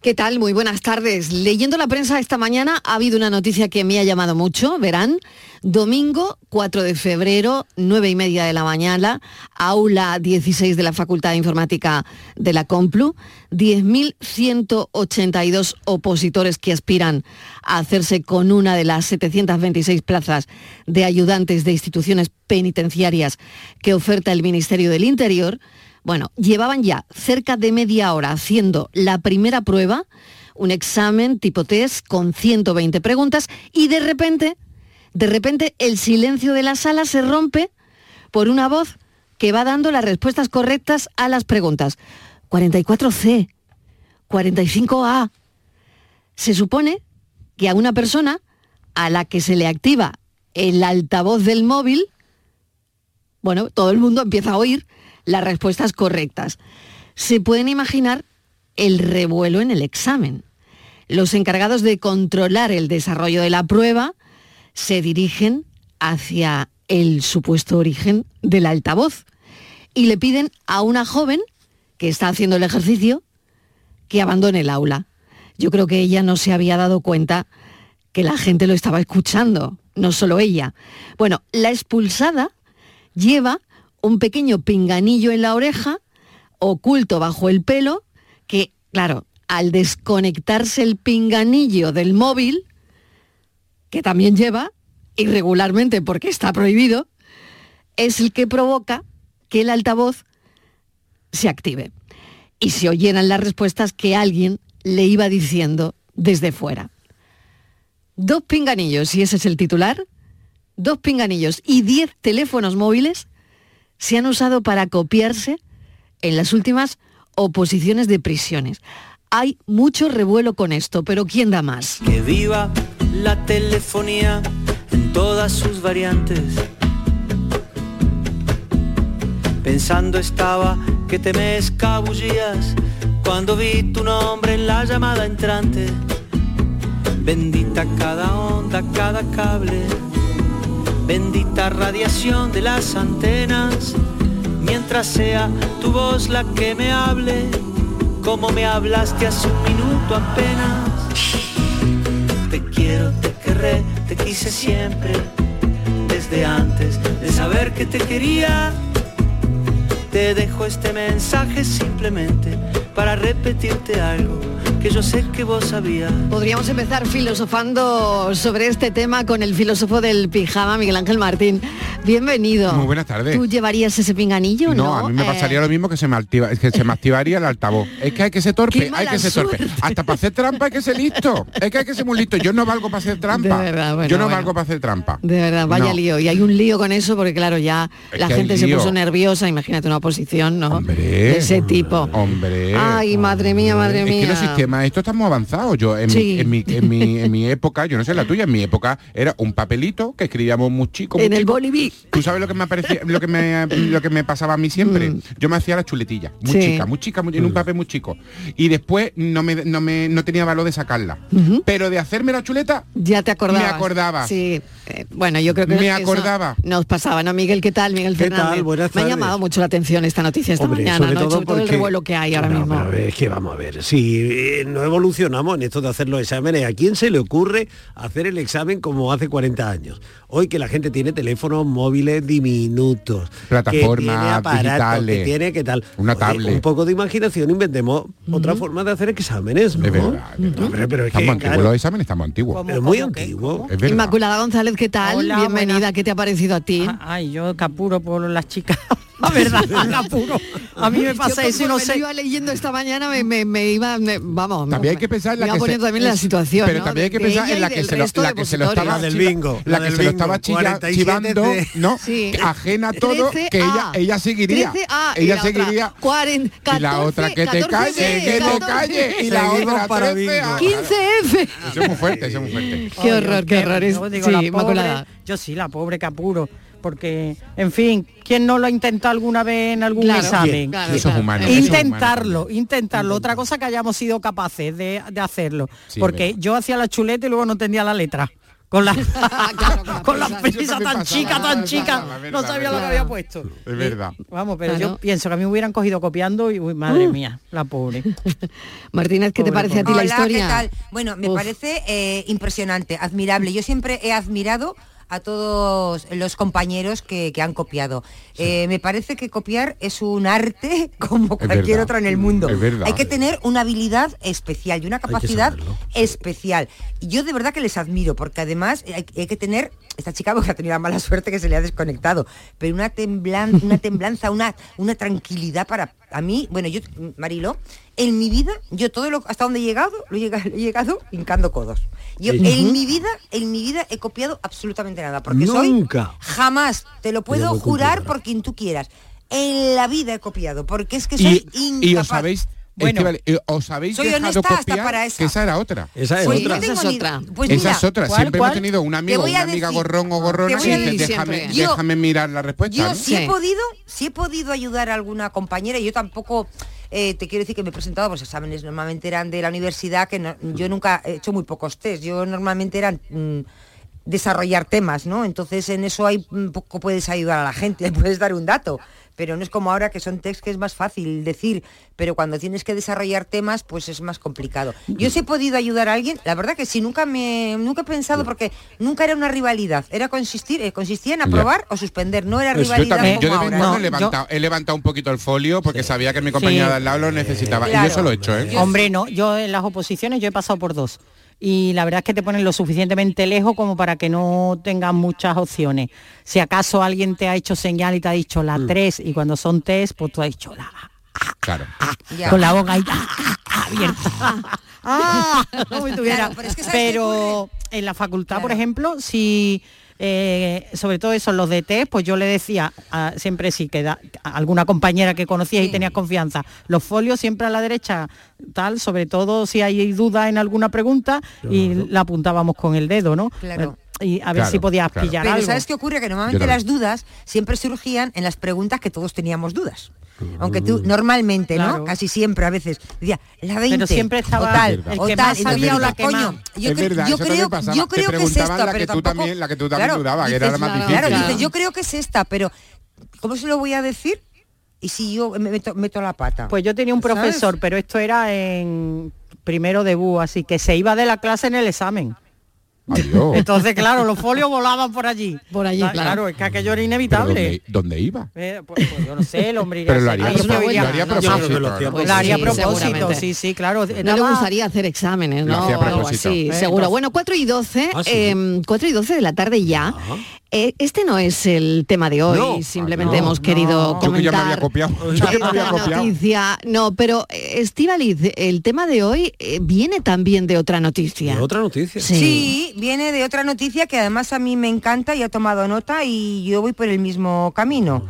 ¿Qué tal? Muy buenas tardes. Leyendo la prensa esta mañana ha habido una noticia que me ha llamado mucho, verán. Domingo 4 de febrero, 9 y media de la mañana, aula 16 de la Facultad de Informática de la Complu, 10.182 opositores que aspiran a hacerse con una de las 726 plazas de ayudantes de instituciones penitenciarias que oferta el Ministerio del Interior bueno, llevaban ya cerca de media hora haciendo la primera prueba, un examen tipo test con 120 preguntas y de repente, de repente el silencio de la sala se rompe por una voz que va dando las respuestas correctas a las preguntas. 44C, 45A. Se supone que a una persona a la que se le activa el altavoz del móvil, bueno, todo el mundo empieza a oír las respuestas correctas. Se pueden imaginar el revuelo en el examen. Los encargados de controlar el desarrollo de la prueba se dirigen hacia el supuesto origen del altavoz y le piden a una joven que está haciendo el ejercicio que abandone el aula. Yo creo que ella no se había dado cuenta que la gente lo estaba escuchando, no solo ella. Bueno, la expulsada lleva un pequeño pinganillo en la oreja, oculto bajo el pelo, que, claro, al desconectarse el pinganillo del móvil, que también lleva, irregularmente porque está prohibido, es el que provoca que el altavoz se active y se oyeran las respuestas que alguien le iba diciendo desde fuera. Dos pinganillos, y ese es el titular, dos pinganillos y diez teléfonos móviles se han usado para copiarse en las últimas oposiciones de prisiones. Hay mucho revuelo con esto, pero ¿quién da más? Que viva la telefonía en todas sus variantes. Pensando estaba que te me escabullías cuando vi tu nombre en la llamada entrante. Bendita cada onda, cada cable bendita radiación de las antenas, mientras sea tu voz la que me hable, como me hablaste hace un minuto apenas. Te quiero, te querré, te quise siempre, desde antes de saber que te quería. Te dejo este mensaje simplemente para repetirte algo que yo sé que vos sabías. Podríamos empezar filosofando sobre este tema con el filósofo del pijama, Miguel Ángel Martín. Bienvenido. Muy buenas tardes. ¿Tú llevarías ese pinganillo? No, a mí me Eh, pasaría lo mismo que se me, activa- que se me activaría el altavoz. Es que hay que ser Qué torpe, hay mala que ser torpe. suerte. Hasta para hacer trampa hay que ser listo. Es que hay que ser muy listo. Yo no valgo para hacer trampa. De verdad, bueno, Yo no bueno. valgo para hacer trampa. De verdad, vaya No. lío. Y hay un lío con eso porque, claro, ya Es la que hay gente se lío. puso nerviosa. Imagínate una oposición, ¿no? de ese tipo. Hombre. Ay, madre mía, madre Mm. Es mía. que los sistemas, esto está muy avanzado. Yo, en, Sí. mi, en, mi, en, mi, en mi época, yo no sé la tuya, en mi época era un papelito que escribíamos muy chico. muy en el chico. Boliví. Tú sabes lo que me aparecía- lo que me, lo que me pasaba a mí siempre. Yo me hacía la chuletilla, muy Mm. Sí. chica, muy chica, muy- en Mm. un papel muy chico. Y después no me, no me no tenía valor de sacarla. Ujú. Pero de hacerme la chuleta, Ya te acordabas. Me acordaba. Sí. Eh, bueno, yo creo que Me eso acordaba. Nos pasaba, ¿no, Miguel? ¿Qué tal, Miguel ¿Qué tal? Fernández? Buenas Me ha tardes. llamado mucho la atención esta noticia esta Hombre, mañana, sobre ¿no? todo Sobre todo el porque- revuelo que hay ahora No, mismo. pero es que vamos a ver, si eh, no evolucionamos en esto de hacer los exámenes, ¿a quién se le ocurre hacer el examen como hace 40 años? Hoy que la gente tiene teléfonos móviles diminutos, que Plataformas tiene aparatos, digitales, que tiene qué tal. una Joder, tablet. Un poco de imaginación inventemos otra forma de hacer exámenes, ¿no? es verdad. es verdad. Hombre, pero es que, estamos antiguos, claro, los exámenes estamos antiguos. pero muy antiguo. Es verdad. Inmaculada González, ¿qué tal? Hola, Bienvenida, buenas. Ah, ¿qué te ha parecido a ti? Ay, yo capuro por las chicas. La verdad, capuro. A mí me pasa Yo eso y no conforme sé. iba leyendo esta mañana me, me- me iba me- vamos También me- hay que pensar me en la iba que se- poniendo también la situación Pero ¿no? también hay que de- de pensar ella en y la que del se lo, resto la de que se lo estaba opositores. La del bingo, la la que del se lo bingo, estaba chilla- 47 chivando, no, Sí. ajena Eh, a todo, que 13A. ella ella seguiría, 13A y ella la otra, seguiría 40, y la otra que te 14B, calle, que te 14B, calle y la Seguimos otra para 13A. 15F Eso es muy fuerte, eso es muy fuerte. qué horror qué horror es- Yo digo, sí la pobre- inmaculada Yo sí, la pobre capuro. Porque, en fin, ¿quién no lo ha intentado alguna vez en algún Claro, examen? claro, Eso es claro. humano. Eso- Intentarlo, intentarlo. Otra cosa que hayamos sido capaces de, de hacerlo. Sí, porque verdad. yo hacía la chuleta y luego no entendía la letra. Con la, con la las prisas me tan pasaba, chicas, me tan pasaba, chicas, la verdad, no sabía lo que la verdad. había puesto. Es verdad. Vamos, pero yo Claro. Uh. pienso que a mí me hubieran cogido copiando y uy, madre mía, la pobre. Martínez, ¿qué te Pobre, parece a ti la Hola, historia? ¿qué tal? Bueno, me Uf. parece eh, impresionante, admirable. Yo siempre he admirado a todos los compañeros que, que han copiado. Eh, me parece que copiar es un arte como Es cualquier verdad. otro en el mundo. Es verdad. Hay que tener una habilidad especial y una capacidad saberlo. especial. Y Yo de verdad que les admiro, porque además hay, hay que tener, esta chica porque ha tenido la mala suerte que se le ha desconectado, pero una, temblan, una temblanza, una, una tranquilidad para a mí, bueno, yo, Marilo, en mi vida, yo todo lo hasta donde he llegado, lo he llegado, lo he llegado hincando codos. Yo Sí. en mi vida, en mi vida he copiado absolutamente nada, porque soy Nunca. jamás, te lo puedo voy con jurar piedra. por quien tú quieras. En la vida he copiado, porque es que soy Y, incapaz. y os habéis, Bueno. Estíbal, eh, os habéis Soy dejado honesta hasta copiar, para esa. que esa era otra. Esa es Pues yo otra. no Esa tengo es ni- otra. pues esa mira, es otra. ¿cuál, siempre cuál? hemos tenido un amigo, voy una a amiga decir- gorrón o gorrona Te voy que a dice, decir déjame, siempre. Yo- déjame mirar la respuesta. Yo ¿no? sí he Sí. podido, sí he podido ayudar a alguna compañera. Yo tampoco eh, te quiero decir que me he presentado, pues exámenes normalmente eran de la universidad, que no- yo nunca he hecho muy pocos test. Yo normalmente eran mm, desarrollar temas, ¿no? Entonces en eso hay mm, poco puedes ayudar a la gente, le puedes dar un dato. Pero no es como ahora que son tests que es más fácil decir, pero cuando tienes que desarrollar temas, pues es más complicado. Yo sí he podido ayudar a alguien, la verdad que sí, nunca me nunca he pensado, porque nunca era una rivalidad, era consistir, eh, consistía en aprobar o suspender, no era Pues yo rivalidad Yo como también, yo de vez en ahora. cuando eh, No, he, levantado, he levantado un poquito el folio porque sabía que mi compañero Sí. de al lado lo necesitaba. Y Claro. yo eso lo he hecho, ¿eh? Yo- Hombre, no, yo en las oposiciones yo he pasado por dos. Y la verdad es que te ponen lo suficientemente lejos como para que no tengas muchas opciones. Si acaso alguien te ha hecho señal y te ha dicho la 3 y cuando son test, pues tú has dicho la A. Mm. Claro. Ya. con la boca ahí ah, ah, ah, abierta. Ah, como si tuviera. Claro, pero pero es que ¿sabes qué en la facultad, por Claro. ejemplo, si eh, sobre todo eso, los de test, pues yo le decía a- siempre si queda a alguna compañera que conocías y tenías confianza, los folios siempre a la derecha, tal, sobre todo si hay duda en alguna pregunta y la apuntábamos con el dedo, ¿no? Eh, Claro. Y a ver Claro, si podías claro. pillar Pero algo. ¿sabes qué ocurre? Que normalmente Yo las también. dudas siempre surgían en las preguntas que todos teníamos dudas. Aunque tú normalmente, Claro. ¿no? Casi siempre, a veces, decía, la 20, Pero siempre estaba o tal, el que o tal, más y tú sabía o la decías, que "Coño, más". yo Es cre- yo verdad, eso también creo, pasaba. yo Te creo que es preguntaban esta, la que pero tú tampoco- también- la que tú también dudabas, que era la más Claro, difícil. dices, yo creo que es esta, pero ¿cómo se lo voy a decir? Y si yo me meto, meto la pata. Pues yo tenía un ¿Sabes? profesor, pero esto era en primero de BU, así que se iba de la clase en el examen. Adiós. Entonces, claro, los folios volaban por allí. Por allí, Ta- claro. es que aquello era Pero inevitable. ¿dónde, dónde iba? Eh, pues, pues yo no sé, el hombre iría Pero lo a hacer- Ahí haría, a Ay, propo- yo voy propósito, iría- lo no, yo creo que lo haría a propósito. ¿no? hacía Pues Ah, lo haría a sí, propósito, seguramente. sí, sí, claro. No le Estaba- gustaría hacer exámenes, Lo ¿no? hacía a O algo propósito. así, Eh, seguro. entonces- Bueno, 4 y 12, Ah, sí. eh, 4 y 12 de la tarde ya. Eh, este no es el tema de hoy, No. simplemente Ah, no. hemos querido Yo que ya me había comentar. copiado. Yo que me había esta copiado. noticia, no, pero eh, Estivaliz, el tema de hoy eh, viene también de otra noticia. Otra noticia. Sí. Sí, viene de otra noticia que además a mí me encanta y ha tomado nota y yo voy por el mismo camino.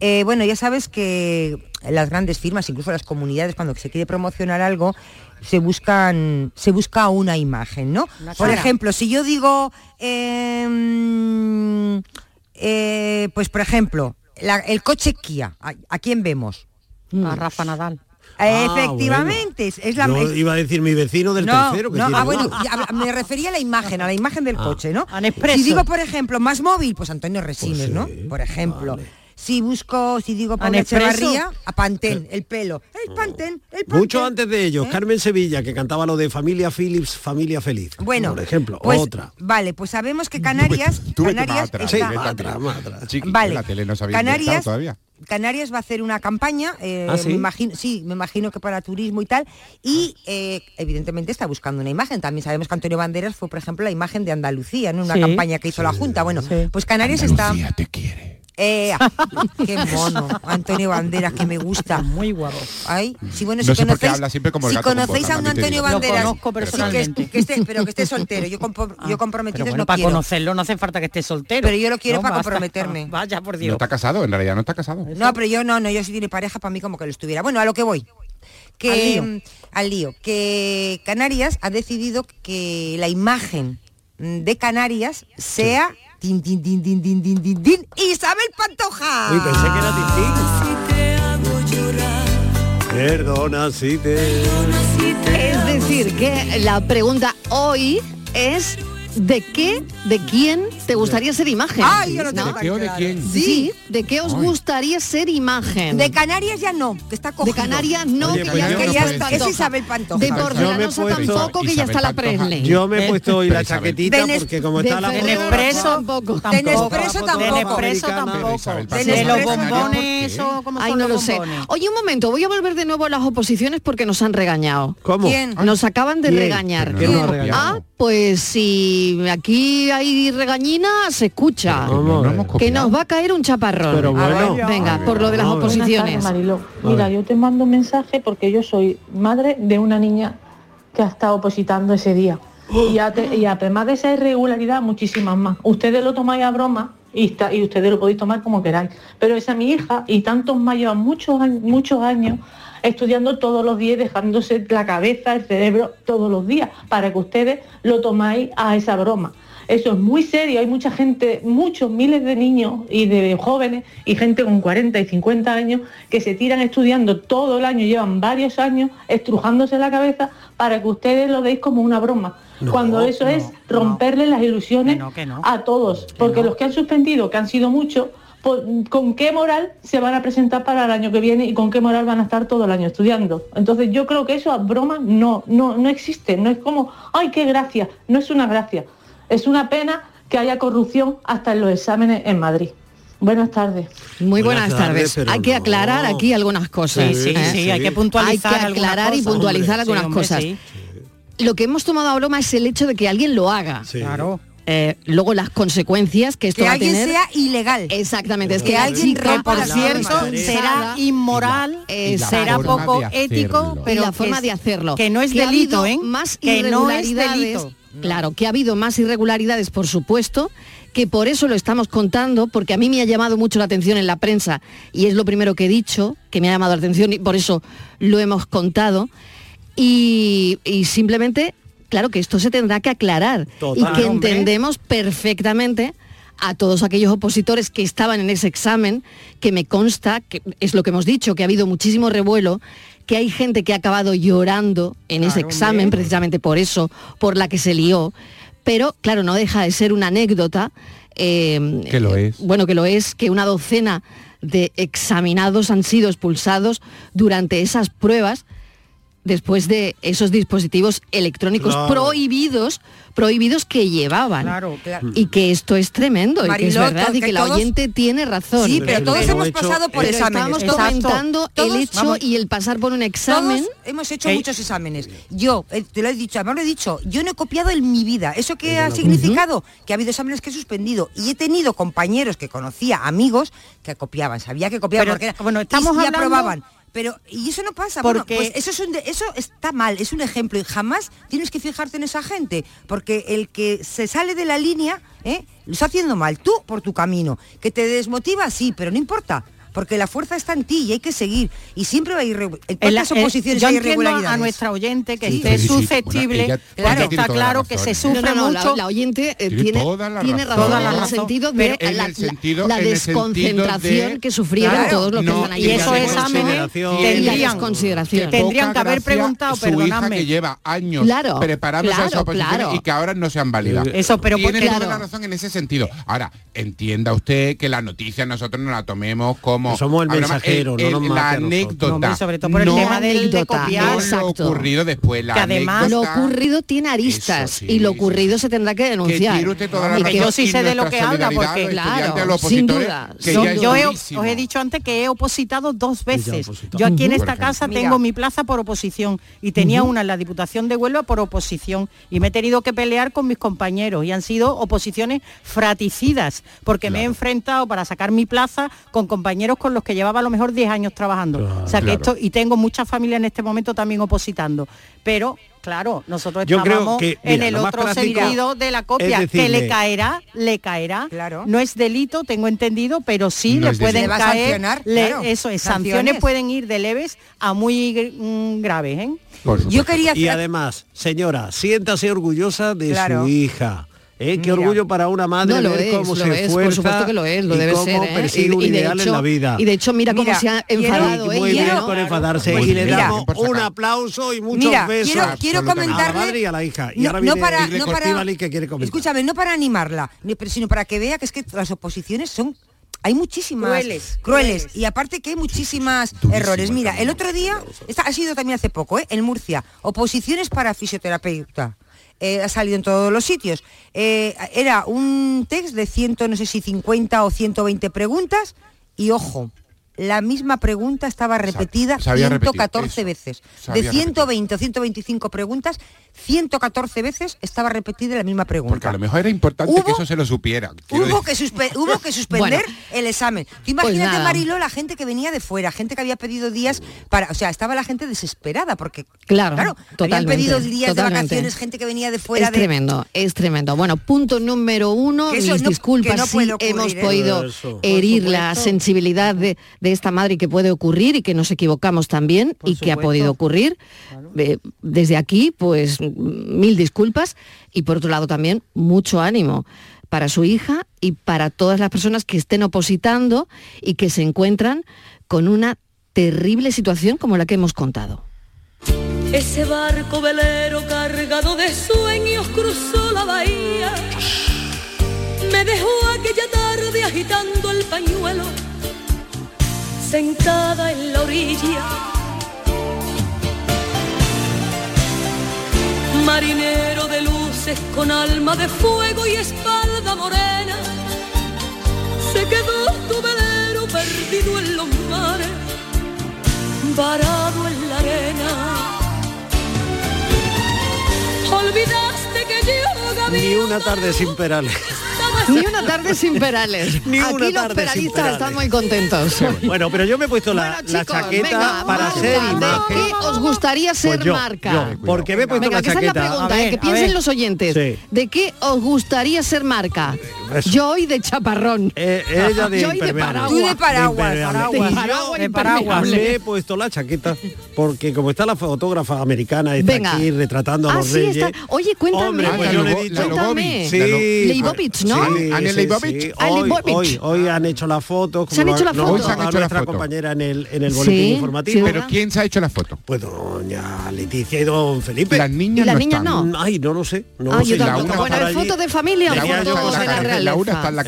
Eh, bueno, ya sabes que las grandes firmas, incluso las comunidades, cuando se quiere promocionar algo, se buscan, se busca una imagen, ¿no? Una por cara. ejemplo, si yo digo, em, eh, pues por ejemplo, la- el coche Kia, ¿a, a quién vemos? Eh, A Rafa Nadal. Ah, Efectivamente, es- bueno. es la Yo es- iba a decir mi vecino del no, tercero que no, tiene ah, bueno, uno. Ah. ya, habla- me refería a la imagen, a la imagen del coche, ¿no? An expresso. Si digo, por ejemplo, más móvil, pues Antonio Resines, sí, ¿no? Por ejemplo. Si busco, si digo Paula expresso. Echevarría, a Pantén, el pelo. El Pantén, el Pantén. Mucho antes de ellos, ¿Eh? Carmen Sevilla, que cantaba lo de Familia Phillips, Familia Feliz. Bueno, Por ejemplo, pues, otra. Vale, pues sabemos que Canarias, Tú vete más Canarias atrás. está- vete más atrás. atrás, más atrás. Chiqui, Vale. La tele no se había Canarias, inventado todavía. Canarias va a hacer una campaña, eh, ¿Ah, sí? me imagino, sí, me imagino que para turismo y tal, y eh, evidentemente está buscando una imagen. También sabemos que Antonio Banderas fue, por ejemplo, la imagen de Andalucía, en una Sí. campaña que hizo la Junta. Bueno, Sí. pues Canarias está. te quiere. Eh, qué mono, Antonio Banderas, que me gusta. Muy guapo. Ay, sí, bueno, No si sé por qué conocéis, habla siempre como el si gato con conocéis botas, a un también te Antonio digo. Banderas, Lo conozco sí, que es- personalmente. Ah, que esté- pero que esté soltero, yo, compo- yo comprometido no Pero bueno, para quiero. conocerlo no hace falta que esté soltero. Pero yo lo quiero No, para basta. comprometerme. Vaya, por No Dios. está casado, en realidad no está casado. No, pero yo no, no, yo si tiene pareja, para mí como que lo estuviera. Bueno, a lo que voy. Que, mm, Al lío. al lío, que Canarias ha decidido que la imagen mm, de Canarias sea tin, tin, tin, tin, tin, tin, tin, tin, Isabel Pantoja. Uy, pensé que era distinto. Perdona si te... Es decir, que la pregunta hoy es ¿De qué, de quién te gustaría ser imagen? Ay, yo no tengo ¿eh? ¿De qué o de quién? Sí. ¿de qué os Ay. gustaría ser imagen? De Canarias ya no, que está cogido. De Canarias no, Oye, que pues ya, yo que no ya puedo está decir. Es Isabel Pantoja. De Pero yo me Porcelanosa puedo- tampoco, que ya Isabel está la Eh, Pantoja. Presley. Yo me he puesto hoy la Isabel. chaquetita Del porque como de está la Fe- En moda- expreso Tampoco. tampoco. En expreso En tampoco. expreso Americana. tampoco. Pero Isabel Pantoja, De los ¿por qué? bombones o como Ay, son no lo los sé. bombones. Oye, un momento, voy a volver de nuevo a las oposiciones porque nos han regañado. ¿Cómo? ¿Quién? Nos acaban de Bien, regañar. pero no nos regañamos. ah, pues si aquí hay regañina, se escucha. Pero no, no hemos Que copiado. nos va a caer un chaparrón. Pero bueno. Ah, Venga, por lo de las Vamos a ver. oposiciones. Buenas tardes, Mariló. Mira, yo te mando un mensaje porque yo soy madre de una niña que ha estado opositando ese día. ¡Oh! Y, ate- y además de esa irregularidad, muchísimas más. Ustedes lo tomáis a broma y, está- y ustedes lo podéis tomar como queráis. Pero esa mi hija y tantos más llevan muchos, añ- muchos años estudiando todos los días, dejándose la cabeza, el cerebro todos los días, para que ustedes lo tomáis a esa broma. Eso es muy serio, hay mucha gente, muchos miles de niños y de jóvenes y gente con 40 y 50 años que se tiran estudiando todo el año, llevan varios años estrujándose la cabeza para que ustedes lo deis como una broma. cuando eso no, es no. romperle las ilusiones Que no, que no. a todos, porque los que han suspendido, que han sido muchos, por- ¿con qué moral se van a presentar para el año que viene y con qué moral van a estar todo el año estudiando? Entonces yo creo que eso a broma no, no, no existe, no es como, ay, qué gracia, no es una gracia. Es una pena que haya corrupción hasta en los exámenes en Madrid. Buenas tardes. Muy buenas, Buenas tardes. tardes, pero Hay que no. aclarar aquí algunas cosas. Sí, sí, ¿eh? sí, hay Hay que que Hay que puntualizar aclarar algunas y cosas. puntualizar Hombre, algunas sí, hombre, cosas. sí. Lo que hemos tomado a broma es el hecho de que alguien lo haga. Sí. Claro. Eh, luego las consecuencias que esto Que va a alguien tener. sea ilegal. Exactamente, es que, Que la alguien chica, Que, por Claro, cierto, claro. será inmoral, Y la- y la será forma de poco hacerlo. ético, Y pero pero la que forma es- de hacerlo. Que no es ha delito, habido ¿eh? Más que no es irregularidades. delito. Claro, que ha habido más irregularidades, por supuesto, que por eso lo estamos contando, porque a mí me ha llamado mucho la atención en la prensa y es lo primero que he dicho, que me ha llamado la atención y por eso lo hemos contado. Y, y simplemente, claro, que esto se tendrá que aclarar Total, y que hombre. entendemos perfectamente a todos aquellos opositores que estaban en ese examen, que me consta, que es lo que hemos dicho, que ha habido muchísimo revuelo, que hay gente que ha acabado llorando en ese Claro, examen, hombre. precisamente por eso, por la que se lió. Pero, claro, no deja de ser una anécdota. eh, Que lo eh, es. Bueno, que lo es, que una docena de examinados han sido expulsados durante esas pruebas después de esos dispositivos electrónicos Claro. prohibidos, prohibidos que llevaban. Claro, Claro. Y que esto es tremendo, y que es Mariló, verdad, y que que la todos- oyente tiene razón. Sí, Pero pero todos lo hemos hecho pasado por es- Pero exámenes. estábamos todos. comentando el Todos- hecho vamos. y el pasar por un examen. Todos hemos hecho Ey. muchos exámenes. Yo, eh, te lo he dicho, además lo he dicho, yo no he copiado en mi vida. ¿Eso qué ha significado? Que ha habido exámenes que he suspendido y he tenido compañeros que conocía, amigos, que copiaban, sabía que copiaban Pero, porque era- bueno, y- estamos y, hablando- aprobaban. Pero, y eso no pasa, bueno, Porque- pues eso, es un de- eso está mal, es un ejemplo y jamás tienes que fijarte en esa gente, porque el que se sale de la línea, ¿eh? lo está haciendo mal, tú por tu camino, que te desmotiva, sí, pero no importa, porque la fuerza está en ti y hay que seguir, y siempre va a ir... En la- ¿Cuántas eh, oposiciones yo hay entiendo a irregularidades? nuestra oyente que Sí. esté Felicito. susceptible, Bueno, ella- porque ella tiene está toda la claro razón, que ¿eh? se sufre No, no, no, la- mucho. La, oyente eh, Tiene tiene, toda la tiene razón. razón, Toda la en el razón. sentido de Pero la, en la- el sentido- la en el sentido desconcentración de- que sufrieron Claro, todos los que no, están allí. y eso es presentes. exámenes Consideración. Y la tendrían desconsideración. que- tendrían Poca haber gracia preguntado, su hija perdonadme. que lleva años Claro, preparándose a claro, esas oposiciones claro. y que ahora no se han validado. Eh, Eso, pero Tiene porque- toda Claro. la razón en ese sentido. Ahora, entienda usted que la noticia nosotros no la tomemos como... No somos el Hablamos- mensajero, no nos mate La a nosotros. No, anécdota. hombre, sobre todo por el no tema del de anécdota, copiar. no lo Exacto. ocurrido después. La Que además- Lo anécdota- ocurrido tiene aristas Eso sí, y lo sí, ocurrido sí. se tendrá que Que denunciar. tiene usted toda la Y que razón yo sí y sé de lo nuestra que habla, solidaridad porque, a los claro, estudiantes, a los sin opositores, duda, que sin ya duda. es Yo he- os durísimo. he dicho antes que he opositado dos veces. opositado. Yo aquí en Ujú. esta Por ejemplo. casa Mira. tengo mi plaza por oposición y tenía una en la Diputación de Huelva por oposición y me he tenido que pelear con mis compañeros y han sido oposiciones fraticidas porque me he enfrentado para sacar mi plaza con compañeros con los que llevaba a lo mejor 10 años trabajando. o sea que Claro. esto y tengo mucha familia en este momento también opositando, pero Claro, nosotros Yo creo estábamos que, Pues en mira, el lo más otro práctico sentido de la copia, es que le decirle- caerá, le caerá. Claro. No es delito, tengo entendido, pero sí sí No le es delito. pueden Se va a caer sancionar, le- claro, eso es sanciones. sanciones. pueden ir de leves a muy mm, graves ¿eh? Por Yo supuesto. quería Y hacer además, señora, siéntase orgullosa de Claro. su hija. ¿eh? Qué orgullo para una madre No, lo ver es, lo cómo se es, por esfuerza supuesto que lo es, lo y debe cómo ser, ¿eh? persigue Y- un y de ideal en hecho- la vida. y de hecho, mira cómo se ha enfadado ¿eh? muy ella, bien ¿no? con enfadarse Muy y le bien. damos Mira, un aplauso y muchos Mira, besos quiero, quiero comentarle... a la madre y a la hija. Y No- ahora no viene para- Irene no para- Costivali que quiere comentar. Escúchame, no para animarla, ni- pero- sino para que vea que es que las oposiciones son... Hay muchísimas Crueles, crueles. y aparte que hay muchísimas errores. Mira, el otro día, esta ha sido también hace poco, ¿eh? en Murcia, oposiciones para fisioterapeuta. Eh, ha salido en todos los sitios. Eh, era un text de ciento, no sé si 50 o 120 preguntas y ojo, la misma pregunta estaba repetida se había repetido, 114 eso. veces. Se De había 120 o 125 preguntas, 114 veces estaba repetida la misma Porque a pregunta. lo mejor era importante que eso se lo supiera. Quiero Hubo decir- que, suspe- hubo que suspender Bueno. el examen. Tú Pues imagínate, nada. Mariló, la gente que venía de fuera, gente que había pedido días para... O sea, estaba la gente desesperada porque... Claro, habían totalmente, pedido días de totalmente. vacaciones, gente que venía de fuera es de... tremendo, es tremendo. Bueno, punto número uno, Que eso mis no- disculpas que no si puede ocurrir, hemos ¿eh? podido Eso. herir Por la supuesto. sensibilidad de, de esta madre y que puede ocurrir y que nos equivocamos también y que ha podido ocurrir. Eh, desde aquí, pues m- mil disculpas y por otro lado también mucho ánimo para su hija y para todas las personas que estén opositando y que se encuentran con una terrible situación como la que hemos contado. Ese barco velero cargado de sueños cruzó la bahía. Me dejó aquella tarde agitando el pañuelo, sentada en la orilla. Marinero de luces con alma de fuego y espalda morena, se quedó tu velero perdido en los mares, varado en la arena. Olvidaste que yo Ni una tarde sin perales. Ni una tarde sin perales. Ni Aquí una los tarde sin peralistas perales. están muy contentos. Bueno, pero yo me he puesto la, Bueno, la chicos, chaqueta venga, para marca, ser ¿de imagen. qué os gustaría ser Pues yo, marca? yo, porque me he puesto Venga, la que esa es la chaqueta. pregunta, A eh, ver, que a piensen ver. los oyentes. Sí. ¿De qué os gustaría ser marca? Eso. Eh, Yo hoy de chaparrón. Ella de yo hoy de impermeable. paraguas. De impermeable. De Y yo paraguas de paraguas. impermeable. Me he puesto la chaqueta porque como está la fotógrafa americana está Venga. aquí retratando a Ah, los sí, reyes. está. Oye, cuéntame. Hombre, pues La yo le he Lugo- dicho. cuéntame. Sí, pues, Leibovitz, ¿no? Sí, Anne sí, Leibovitz. sí. Ah, Hoy, Leibovitz. hoy, hoy han hecho las fotos. Se han como hecho las nos fotos. contaba Se han hecho las nuestra fotos. compañera en el, en el boletín Sí, informativo. sí, Pero ¿quién se ha hecho la foto? Pues doña Leticia y don Felipe. Las niñas ¿Y las no niñas están. no? Ay, no lo sé. No Ah, lo yo sé. La tampoco. una Bueno, está ¿es allí. foto de familia o La una foto está en de la academia. realeza?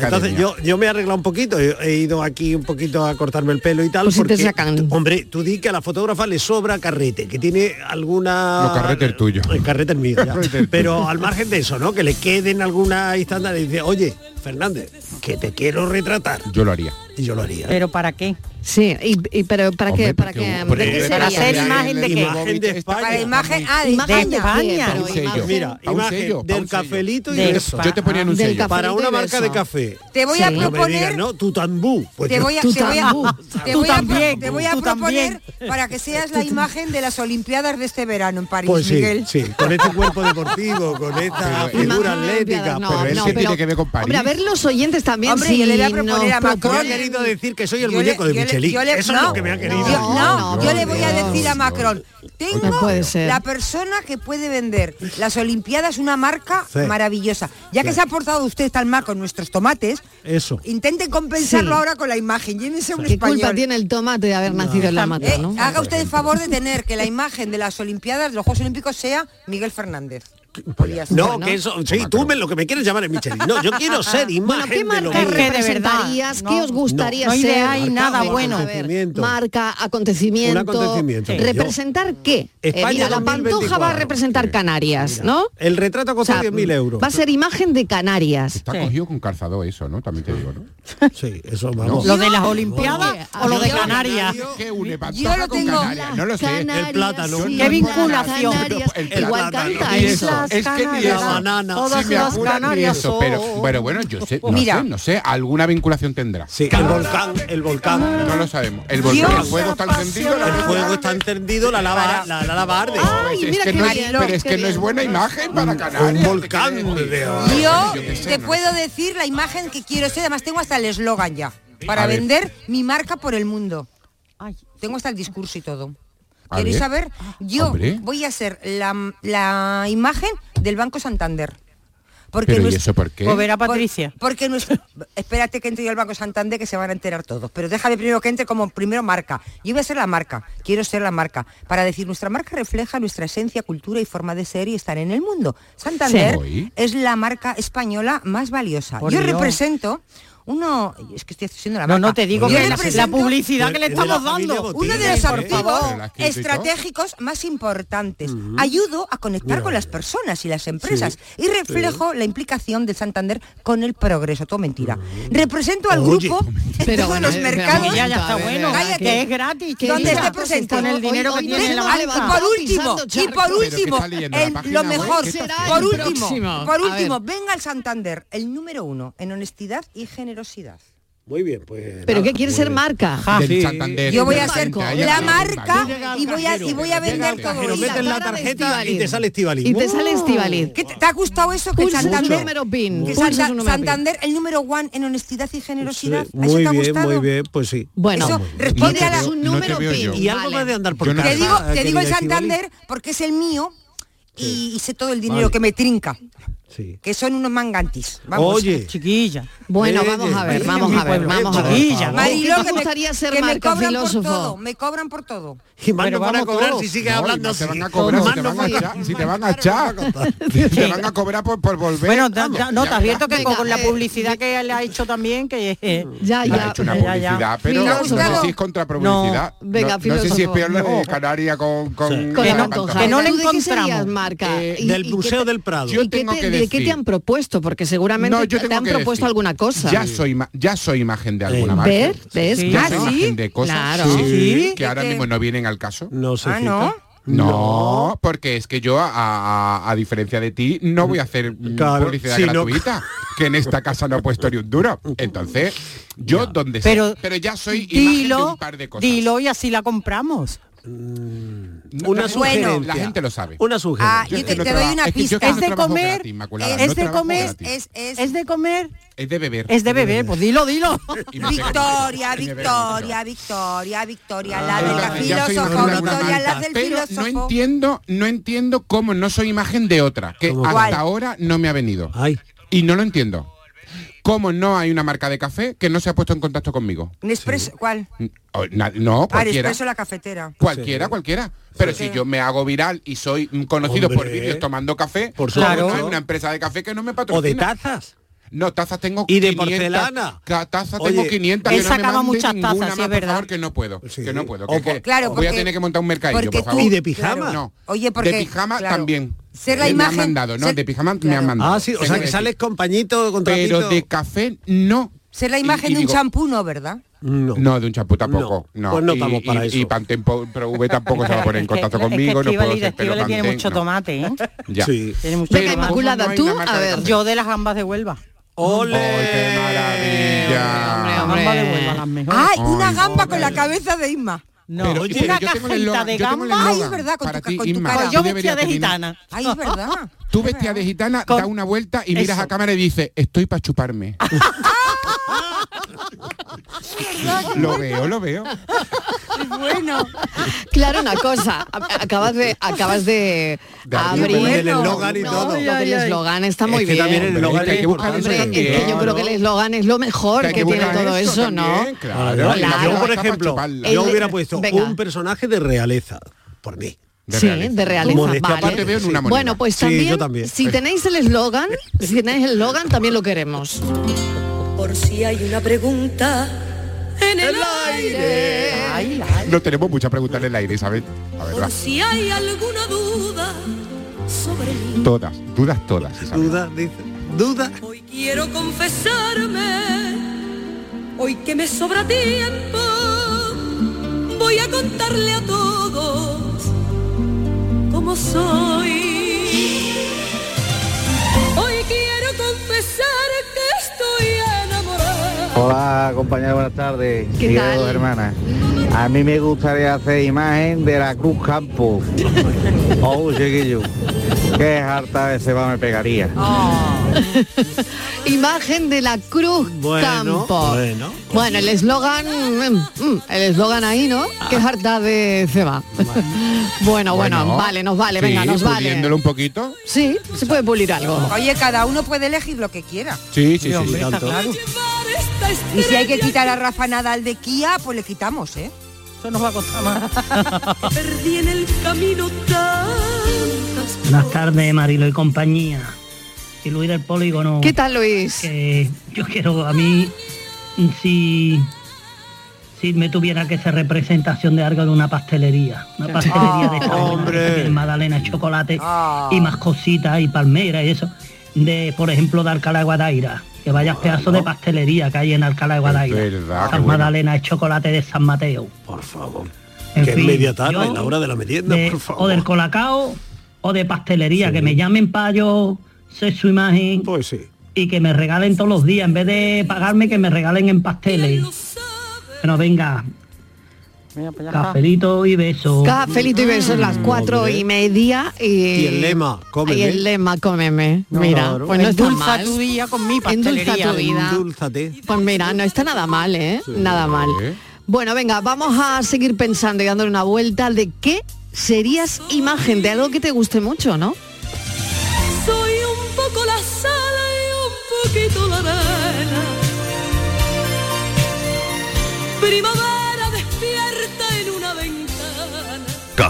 Entonces yo, yo me he arreglado un poquito, he, he ido aquí un poquito a cortarme el pelo y tal. Pues si te porque, sacan. Hombre, tú di que a la fotógrafa le sobra carrete, que tiene alguna... No, carrete el tuyo. Ah, El carrete es mío, ya. Carrete el Pero tuyo. al margen de eso, ¿no? Que le queden alguna instantánea y dice, oye, Fernández, que te quiero retratar. Yo lo haría. Y yo lo haría. Pero para qué? Sí, y, y- pero ¿para qué? ¿Para qué? ¿De qué para sería? hacer imagen de Imagen de qué? España. Para imagen, ah, de Imagen España. de España. Un sello. Mira, A un imagen sello, a un del sello. cafelito y Del beso. pa- Yo te ponía en un Del sello. cafelito Para una y marca beso. de café. Te voy a Sí. No me proponer- digas, no, tu tambú. Pues Te yo- voy a, te voy a- te Tú voy a pro- también, te voy a tú proponer también. para que seas la imagen de las Olimpiadas de este verano en París, Pues sí, Miguel. sí, con este cuerpo deportivo, con esta figura atlética, no, pero no, él que pero- tiene que ver con París. Hombre, a ver los oyentes también. Hombre, si yo le voy a nos proponer a Macron ha proponen- querido decir que soy el Yo le- muñeco de yo le- Michelis. yo le- Eso es no, lo que me ha querido. Yo, no, yo le voy a decir a Macron, tengo No puede ser. la persona que puede vender las Olimpiadas una marca Sí. maravillosa. Ya que Sí. se ha portado usted tan mal con nuestros tomates, Eso. intenten compensarlo Sí. ahora con la imagen. Llévense un ¿Qué español. culpa tiene el tomate de haber nacido en la mata, Eh, no? Haga usted el favor de tener que la imagen de las Olimpiadas, de los Juegos Olímpicos, sea Miguel Fernández. No, que eso, sí, tú me, lo que me quieres llamar es Michelis. No, yo quiero ser imagen ¿Qué de lo marca mío. representarías? Ah, ¿Qué os gustaría no hay ser? idea, hay Marca, nada vamos a bueno. ver, Acontecimiento. Marca, acontecimiento. Un acontecimiento, Sí. ¿Representar qué? Eh, España mira, la 2024. pantoja va a representar Canarias, ¿no? El retrato O sea, costó 10.000 euros. Va a ser imagen de Canarias. Está cogido con calzado eso, ¿no? También te digo, ¿no? Sí, eso vamos. ¿Lo de las Olimpiadas Oye, o lo de yo- Canarias? ¿Qué une Pantoja Yo lo con tengo- Canarias? No lo sé. Canarias, El plátano. sí, ¿Qué vinculación? Canarias, El igual plátano. canta, Y es eso, las es que ni Canarias. eso, La banana. si Todas me las apuras, ni Canarias eso, son- pero bueno, bueno, yo sé, no Mira. sé, no sé, alguna vinculación tendrá. Sí, el volcán, el volcán. No lo sabemos. El volcán, el fuego está encendido, la El fuego está encendido, la lava, la, la lava arde. Ay, es mira que qué no es- bien, pero es qué que no es bien. buena imagen para Un Canarias. volcán de Yo qué sé, te no puedo decir la imagen que quiero ser, además tengo hasta el eslogan ya, para A ver. vender mi marca por el mundo. Ay, Ah. Tengo hasta el discurso y todo. A ¿Queréis ver. saber? Yo Hombre. voy a ser la, la imagen del Banco Santander. Porque Pero, ¿y nuestro- eso por qué? Pues verá Patricia. Por- porque nuestro- espérate que entre yo al Banco Santander que se van a enterar todos. Pero déjame primero que entre como primero marca. Yo voy a ser la marca. Quiero ser la marca. Para decir, nuestra marca refleja nuestra esencia, cultura y forma de ser y estar en el mundo. Santander Sí. es la marca española más valiosa. Por yo Dios. represento uno. Es que estoy haciendo la No, marca. no, te digo Yo que la- la represento- publicidad que le Es de la estamos familia dando. ¿Eh? Botín. uno de los Por favor. activos Pero la has escrito y todo. estratégicos más importantes. Ayudo a conectar con las personas y las empresas y reflejo la implicación de Santander con el progreso. Todo mentira. Represento al Oye. grupo en Pero todos bueno, los eh, mercados. vamos Ya, ya Tonta, está de bueno. verdad, Que que- este es gratis. que donde es esté gratis, presente Con el dinero Hoy- que hoy tiene tenemos la Ah, y banca. por último, Pisando y por charcos. Pero ¿qué está último, leyendo la el- página lo web? mejor, ¿Qué está por haciendo? último, Próximo. por A último, ver. venga al Santander, el número uno en honestidad y generosidad. Muy bien, pues. ¿Pero nada, qué quiere muy ser bien. marca? Ah, Del sí. Santander. Yo voy a Del ser Santander. la Vale, marca vale. y voy a, y voy a vender Llega al todo Pero eso. metes Tarda la de tarjeta y Estíbaliz. te sale Estivaliz. Oh. Y te sale ¡Uh! Estivaliz. ¿Qué te, te ha gustado eso? Que Pulsa Santander, un número pin, que pulsa Santa- un número pin. Santander, el número one en honestidad y Sí, generosidad. ¿Eso Muy te ha bien, gustado? muy bien, pues sí. Bueno, Eso responde No a te la... es veo- un no te número veo yo. pin. Y algo Vale. más de andar por Yo no casa. Te digo, te digo el querida Estíbaliz. Santander porque es el mío y, y sé todo el dinero Vale. que me trinca, Sí. que son unos mangantis. Vamos. Oye, Chiquilla. Bueno, vamos a ver, Oye, vamos mi a ver, pueblo, vamos a ver. chiquilla, Por favor. Mariló, Mariló, ¿qué te que me- gustaría ser que me marca, cobran por filósofo? todo, me cobran por todo. y más Pero no van a vamos cobrar todos. si No, sigues y hablando más te así. van a cobrar, Más si te no van a van a- echar, si te van a echar, si te van a cobrar por, por volver. Bueno, da- vamos, da- no, ya te advierto que Venga, con la eh, publicidad que le ha hecho también, que eh, Ya, Le ha ya. hecho una ya, ya. publicidad, pero Filósofo. no sé si es contra publicidad. No, venga, no, no sé si es filósofo, peor la no. de Canaria con, con, Con Que la no- pantoja. que no le ¿Tú de qué serías encontramos. marca? Eh, ¿Y- del y qué Museo te- del Prado. ¿Y Yo qué tengo te- que ¿De qué te decir- han propuesto? Porque seguramente No, yo te- te, tengo han que propuesto decir. alguna cosa. Ya soy, ma- ya soy imagen de alguna Sí. marca. ¿Ves? ¿Ves? Sí. Ya Ah, soy ¿sí? imagen de cosas Claro. sí, Sí. que ahora ¿De qué? mismo no vienen al caso. No se Ah, fija. ¿no? No, porque es que yo, a, a- a diferencia de ti, no voy a hacer mm, Claro, publicidad sí, no. gratuita, que en esta casa no he puesto ni un duro. Entonces, yo donde sea, Pero- pero ya soy imagen de dilo, un par de cosas. dilo y así la compramos. No, Una la gente- sugerencia. La gente lo sabe. Una Ah, sugerencia. yo es que te, no te doy traba- una es que yo pista. que Es no de trabajo comer, gratis, Inmaculada, es no de trabajo comer, gratis. Es, es, Es de comer, Es de beber. es de beber, pues dilo, dilo. Y me pega Victoria, mucho. Y me pega Victoria, Victoria, Victoria, la Ah, del entonces ya soy filósofo, Fernanda Victoria, la Marta. del Pero no filósofo. entiendo, no entiendo cómo no soy imagen de otra, que ¿Cómo? hasta ¿Cuál? ahora no me ha venido. Ay, Y no lo entiendo. ¿Cómo no hay una marca de café que no se ha puesto en contacto conmigo? Nespresso, ¿cuál? N- o- na- No, Ah, cualquiera. Nespresso la cafetera. Cualquiera, cualquiera. Pero si yo me hago viral y soy mm, conocido por Hombre. vídeos tomando café, Por ¿cómo supuesto. no hay una empresa de café que no me o de patrocina. tazas. No, tazas tengo Y de 500. porcelana. Ca- Tazas Oye, tengo 500. él que no me sacaba mande muchas tazas, ninguna sí, más, es por verdad. favor, que no puedo. Sí. Que no puedo. O que- por- que Claro, voy a porque- tener que montar un mercadillo, porque por favor. ¿Y de pijama? No. Oye, porque de pijama claro, también. ser la Eh, imagen- Me han mandado, no, ser- de pijama me claro. han mandado. Ah, sí, o Tengo sea que decir. sales con pañito, con Pero trapito. de café no. Ser la Y- imagen y de un digo, champú, ¿no, verdad? No. No, de un champú tampoco. No, No. pues no Y- estamos para y, eso. Y Pantene Pro- Pro V tampoco Pues se va a poner en Es que- contacto es que conmigo. No puedo Estíbaliz- ser pelo Estíbaliz tiene Pantene, mucho no. tomate, ¿eh? Ya. Sí. Tiene mucho Venga, tomate. Pero Inmaculada, ¿cómo no hay tú, una marca a de ver. café? Yo de las gambas de Huelva. ¡Ole! ¡Ay, qué Hombre, maravilla! hombre, Las gambas de Huelva, las mejores. ¡Ay, Ay, una gamba con la cabeza de Isma! No, Pero, oye, pero una yo tengo el cajita eslogan- de yo tengo el gamba. Ay, es eslogan verdad, con para tu- ti, con tu Inma, cara. tú Yo vestida deberías de tener- gitana. ¡Ay, es verdad! Tú vestida de gitana, Con- da una vuelta Ah, y miras Eso. a cámara y dices, estoy para chuparme. lo veo, lo veo. Bueno, Claro, una cosa. a- Acabas de, acabas de, De abrir. abrir el eslogan y No, todo. lo del eslogan está muy es que bien. también el Hombre, eslogan que hay es que buscar importante. Hombre, es también, que yo ¿no? creo que el eslogan es lo mejor Hay que, tiene buscar todo eso, también, ¿no? Claro, Claro, y la Claro. Yo, gamba por está pa' ejemplo, chuparla. yo El- hubiera puesto Venga. un personaje de realeza, por mí. De sí, realeza. de realeza, Modestia vale. aparte, veo en una moneda. Bueno, pues Sí, yo también, también. si tenéis el eslogan, si tenéis el eslogan, también lo queremos. Por si hay una pregunta en el aire. Ay, la- No tenemos muchas preguntas en el aire, Isabel. La Por verdad. si hay alguna duda sobre mí. Todas, dudas todas, Isabel. Duda, dice. Duda. Hoy quiero confesarme, hoy que me sobra tiempo, voy a contarle a todos cómo soy. Hoy quiero confesar que estoy enamorada. Hola compañeros, buenas tardes. ¿Qué Diego, tal? hermana. A mí me gustaría hacer imagen de la Cruz Campo. Oh, chiquillo. Qué harta de va me pegaría. Imagen de la Cruz Bueno, Campo. bueno. Bueno, el eslogan, mm, mm, el eslogan ahí, ¿no? Que es harta de ceba. Bueno, bueno, vale, nos vale, Sí, venga, nos vale. puliéndolo un poquito. Sí, se puede pulir algo. Oye, cada uno puede elegir lo que quiera. Sí, sí, sí, hombre, sí. está tanto. claro. Y si hay que quitar a Rafa Nadal de Kia, pues le quitamos, ¿eh? Eso nos va a costar más. Perdí en el camino tantas Buenas tardes, Marilo y compañía. Y Luis del Polígono. ¿Qué tal, Luis? Que yo quiero a mí, si, si me tuviera que hacer representación de algo de una pastelería. Una pastelería de esta Hombre. de magdalena, chocolate Ah. y más cositas y palmeras y eso. De, por ejemplo, de Alcalá de Guadaira. Que vayas pedazos de pastelería que hay en Alcalá de Guadaira. verdad, qué San bueno. Magdalena, el chocolate de San Mateo. Por favor. En que fin, es media tarde, yo- la hora de la merienda, de- por o favor. del colacao o de pastelería, que me llamen para yo ser su imagen Pues sí. y que me regalen todos los días, en vez de pagarme que me regalen en pasteles. Bueno, venga, Mira, pues ya está. cafelito y beso. Cafelito y besos Ah, las cuatro y media y, Y el lema, cómeme. Y el lema, cómeme. Mira, claro. pues no está Endulza mal. tu día con mi Endulza pastelería. tu vida. Endúlzate. Pues mira, no está nada mal, ¿eh? Nada mal. ¿Eh? Bueno, venga, vamos a seguir pensando y dándole una vuelta de qué serías imagen de algo que te guste mucho, ¿no? Soy un poco la sala y un poquito la arena. Primavera despierta en una ventana.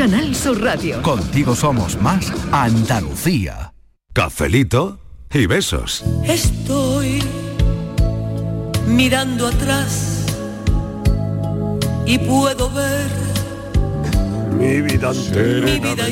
Canal Sur Radio. Contigo somos más Andalucía. Cafelito y besos. Estoy mirando atrás y puedo ver Mi vida entera. Mi vida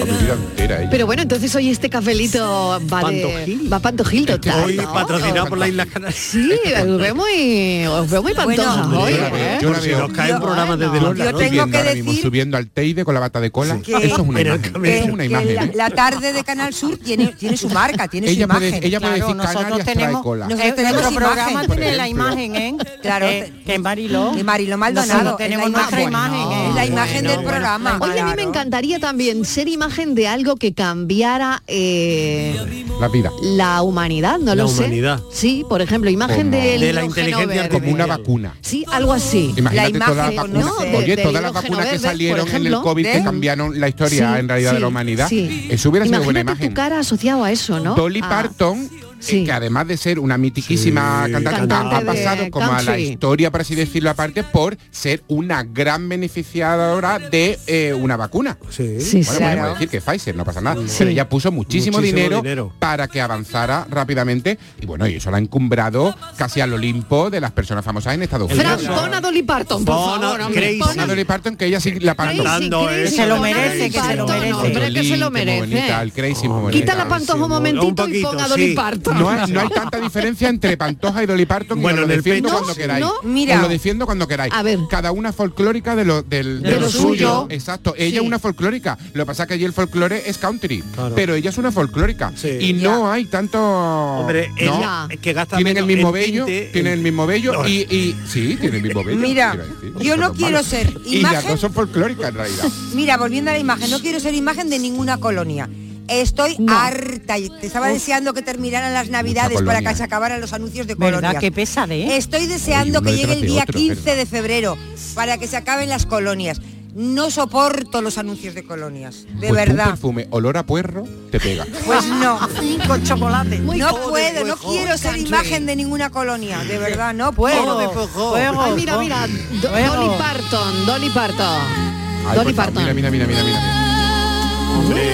entera. Pero bueno, entonces hoy este cafelito va de- Pantojil. va Pantojil total. Hoy ¿no? patrocinado por ¿Eh? las Islas Canarias. Sí, os veo muy, os veo muy pantoja hoy, ¿eh? Por si nos cae un programa desde Lola, yo ¿no? tengo Viendo que ahora decir- Subiendo al Teide con la bata de cola. Que- Eso es una Pero imagen. que- Es una que imagen. la, ¿eh? la tarde de Canal Sur tiene, tiene su marca, tiene Ella su puede- imagen. ella puede Claro, decir, nosotros "Canarias trae tenemos- cola". Nosotros Eh, tenemos nuestro imagen, programa por tiene la ejemplo. imagen, ¿eh? Claro, Eh, que en Mariló. de Mariló Maldonado, Nosotros es la tenemos nuestra imagen. imagen, No, ¿eh? es la imagen del programa. Oye, a mí me encantaría también ser imagen de algo que cambiara eh, La vida. la humanidad, no La lo sé. humanidad. Sí, por ejemplo, imagen Como- del hidrógeno verde. como una vacuna. Sí, algo así. Imagínate todas las vacunas, ¿no? De- oye, del todas las hidrógeno vacunas que verde, por salieron en el ejemplo, COVID que de- cambiaron la historia Sí, en realidad de sí, la humanidad. sí. Eso hubiera sido buena Imagínate imagen. tu cara asociado a eso, ¿no? Dolly A- Parton, eh, que además de ser una mitiquísima Sí, cantante, cantante ha de pasado como a la country. historia, por así decirlo aparte, por ser una gran beneficiadora de eh, una vacuna. Sí, bueno, sí. podemos Claro. decir que Pfizer, no pasa nada. Sí. Pero ella puso muchísimo, Muchísimo dinero, dinero. para que avanzara rápidamente. Y bueno, y eso la ha encumbrado casi al Olimpo de las personas famosas en Estados Unidos. Fran, pon a Dolly Parton, por Pon a favor. hombre, Crazy. pon a- Dolly Parton, que ella sí la parto. Crazy, Crazy, Se lo merece, que se lo merece. Hombre, que se lo merece. El Crazy, muy bonita. Quita la pantoja un momentito y poquito, ponga a Dolly sí. Parton. No hay, no hay tanta diferencia entre Pantoja y Dolly Parton. Bueno, Bueno, lo en el defiendo pecho cuando sí. queráis. No, Os mira. Lo defiendo cuando queráis. A ver. Cada una folclórica de lo, del, De lo suyo. Exacto. Ella es una folclórica. Lo que pasa es que allí el folclore es country. Pero ella es una folclórica. Y no hay tanto... Hombre, es no. la- es que gasta Tienen el menos mismo en vello, tinte, tienen el mismo vello No. y, y- Sí, tienen el mismo vello. Mira, iba a decir. yo Son no los quiero malos. ser Y las imagen- dos son folclóricas en realidad. Mira, volviendo a la imagen, no quiero ser imagen de ninguna colonia. Estoy harta y te estaba Uf. deseando que terminaran las navidades para colonia, que se acabaran los anuncios de ¿Verdad? colonia. Qué pesada, ¿eh? Estoy deseando Oye, uno que llegue el detrás de día otro, 15 ¿verdad? de febrero para que se acaben las colonias. No soporto los anuncios de colonias, de Pues tú un verdad. perfume, olor a puerro, te pega. Pues no. Con chocolate. Muy no joven, puedo, no pues, quiero ser country. imagen de ninguna colonia. De verdad, no puedo. Joven, pues, joven. Ay, mira, mira, Do- Fuego. Dolly Parton, Dolly Parton. Ay, Dolly por favor, Parton. Mira, mira, mira, mira, mira. Hombre,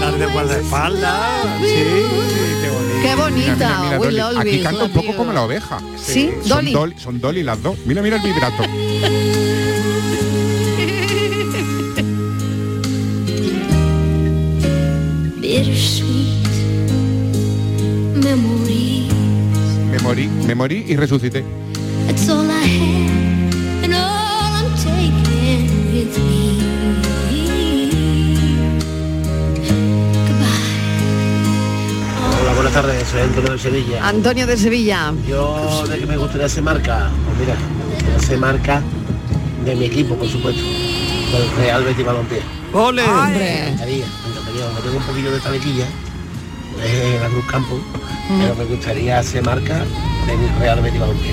las de guardaespaldas. Sí, qué bonito. Qué bonita, Mira, mira, Will Dolly. Aquí Always canta un Love poco You. como la oveja. Sí, Son Dolly. Son Dolly las dos. Mira, mira el vibrato. Bittersweet memory. Me morí, me morí y resucité. That's all I have and all I'm taking with me. Hola, buenas tardes, soy Antonio de Sevilla. Antonio de Sevilla. Yo de que me gustaría ser marca, pues mira, hacer marca de mi equipo, por supuesto, del Real Betis Balompié. ¡Ole! Me encantaría, me encantaría, aunque tengo un poquillo de tabequilla, eh, en la Cruz Campo, pero me gustaría hacer marca de mi Real Betis Balompié.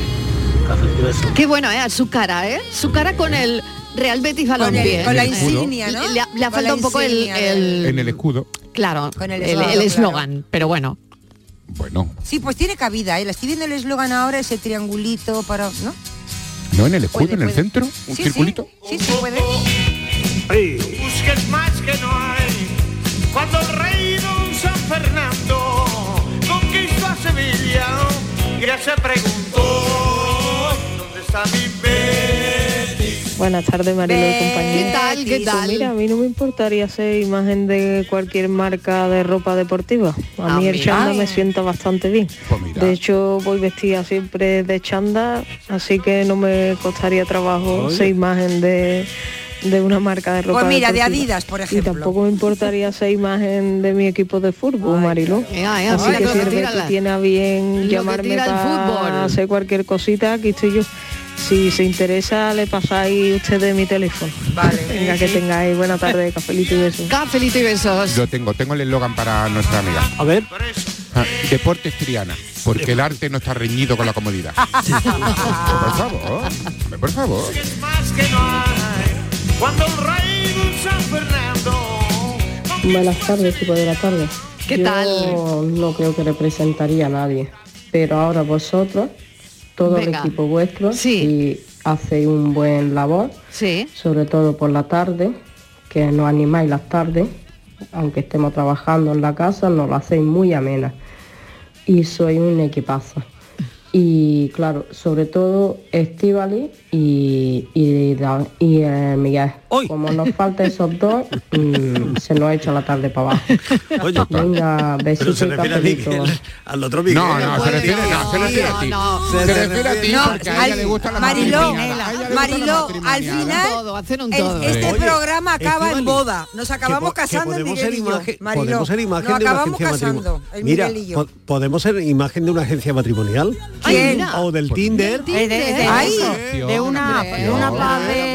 Café eso. Qué bueno, ¿eh? Su cara, ¿eh? Su cara con el Real Betis Balompié. con la ¿eh? insignia, ¿no? Le, ha- le ha Con faltado la un poco el, insignia del- el- En el escudo. Claro, Con el el- el eslogan, claro. eslogan, pero bueno. Sí, pues tiene cabida, ¿eh? La estoy viendo el eslogan ahora, ese triangulito para. ¿No? No en el escudo, Puede, en el puede. centro, un Sí, sí. circulito. Sí, sí, puede. Busques más que no hay. Cuando el rey don San Fernando conquistó a Sevilla, ya se preguntó, ¿dónde está mi Betis? Buenas tardes, Marilo y compañía. ¿Qué tal? ¿Qué Pues tal? Mira, a mí no me importaría hacer imagen de cualquier marca de ropa deportiva. A Ah, mí el mira. chanda me sienta bastante bien. de hecho, voy vestida siempre de chanda, así que no me costaría trabajo Oye. hacer imagen de, de una marca de ropa Pues mira, de deportiva. Adidas, por ejemplo. Y tampoco me importaría hacer imagen de mi equipo de fútbol, Marilo. Ea, ea, así mira, que lo si que el tira Betis la- tiene a pues lo bien que llamarme tira el fútbol. para hacer cualquier cosita, aquí estoy yo. Si se interesa, le pasáis ustedes mi teléfono. Vale. Venga, que tengáis buena tarde, cafelito y besos. Cafelito y besos. Lo tengo, tengo el eslogan para nuestra amiga. Ah, A ver. Deportes Triana, porque el arte no está reñido con la comodidad. Por favor, hombre, por favor. Busques más que no hay. Cuando el rey don San Fernando Buenas tardes, equipo de la tarde. ¿Qué Yo tal? No creo que representaría a nadie, pero ahora vosotros, todo Venga. el equipo vuestro, sí. y hacéis un buen labor, sí. sobre todo por la tarde, que nos animáis las tardes, aunque estemos trabajando en la casa, nos lo hacéis muy amena. Y soy un equipazo. Y claro, sobre todo Estivali y, y, Da- y, eh, Miguel. Como nos falta esos dos, mm, se nos ha hecho la tarde para abajo. Venga, Pero besitos se y refiere a Miguel, cafelito. al otro Miguel. No, no, se refiere- no, se refiere a ti. No, Se refiere a ti porque a ella le gusta la Mariló, matrimoniada. A ella le gusta la Mariló, al matrimoniada. final Todo, hacer un el- todo. este Oye, programa acaba en Estíbaliz, boda. Nos acabamos po- que casando en podemos Miguel ser y yo. imagen- Mariló, podemos ser imagen nos de una acabamos agencia casando. matrimonial. El Mira, Miguel y yo. po- podemos ser imagen de una agencia matrimonial. ¿Quién? O del Tinder. Tinder. de- de- Ay, de una, de una Claro,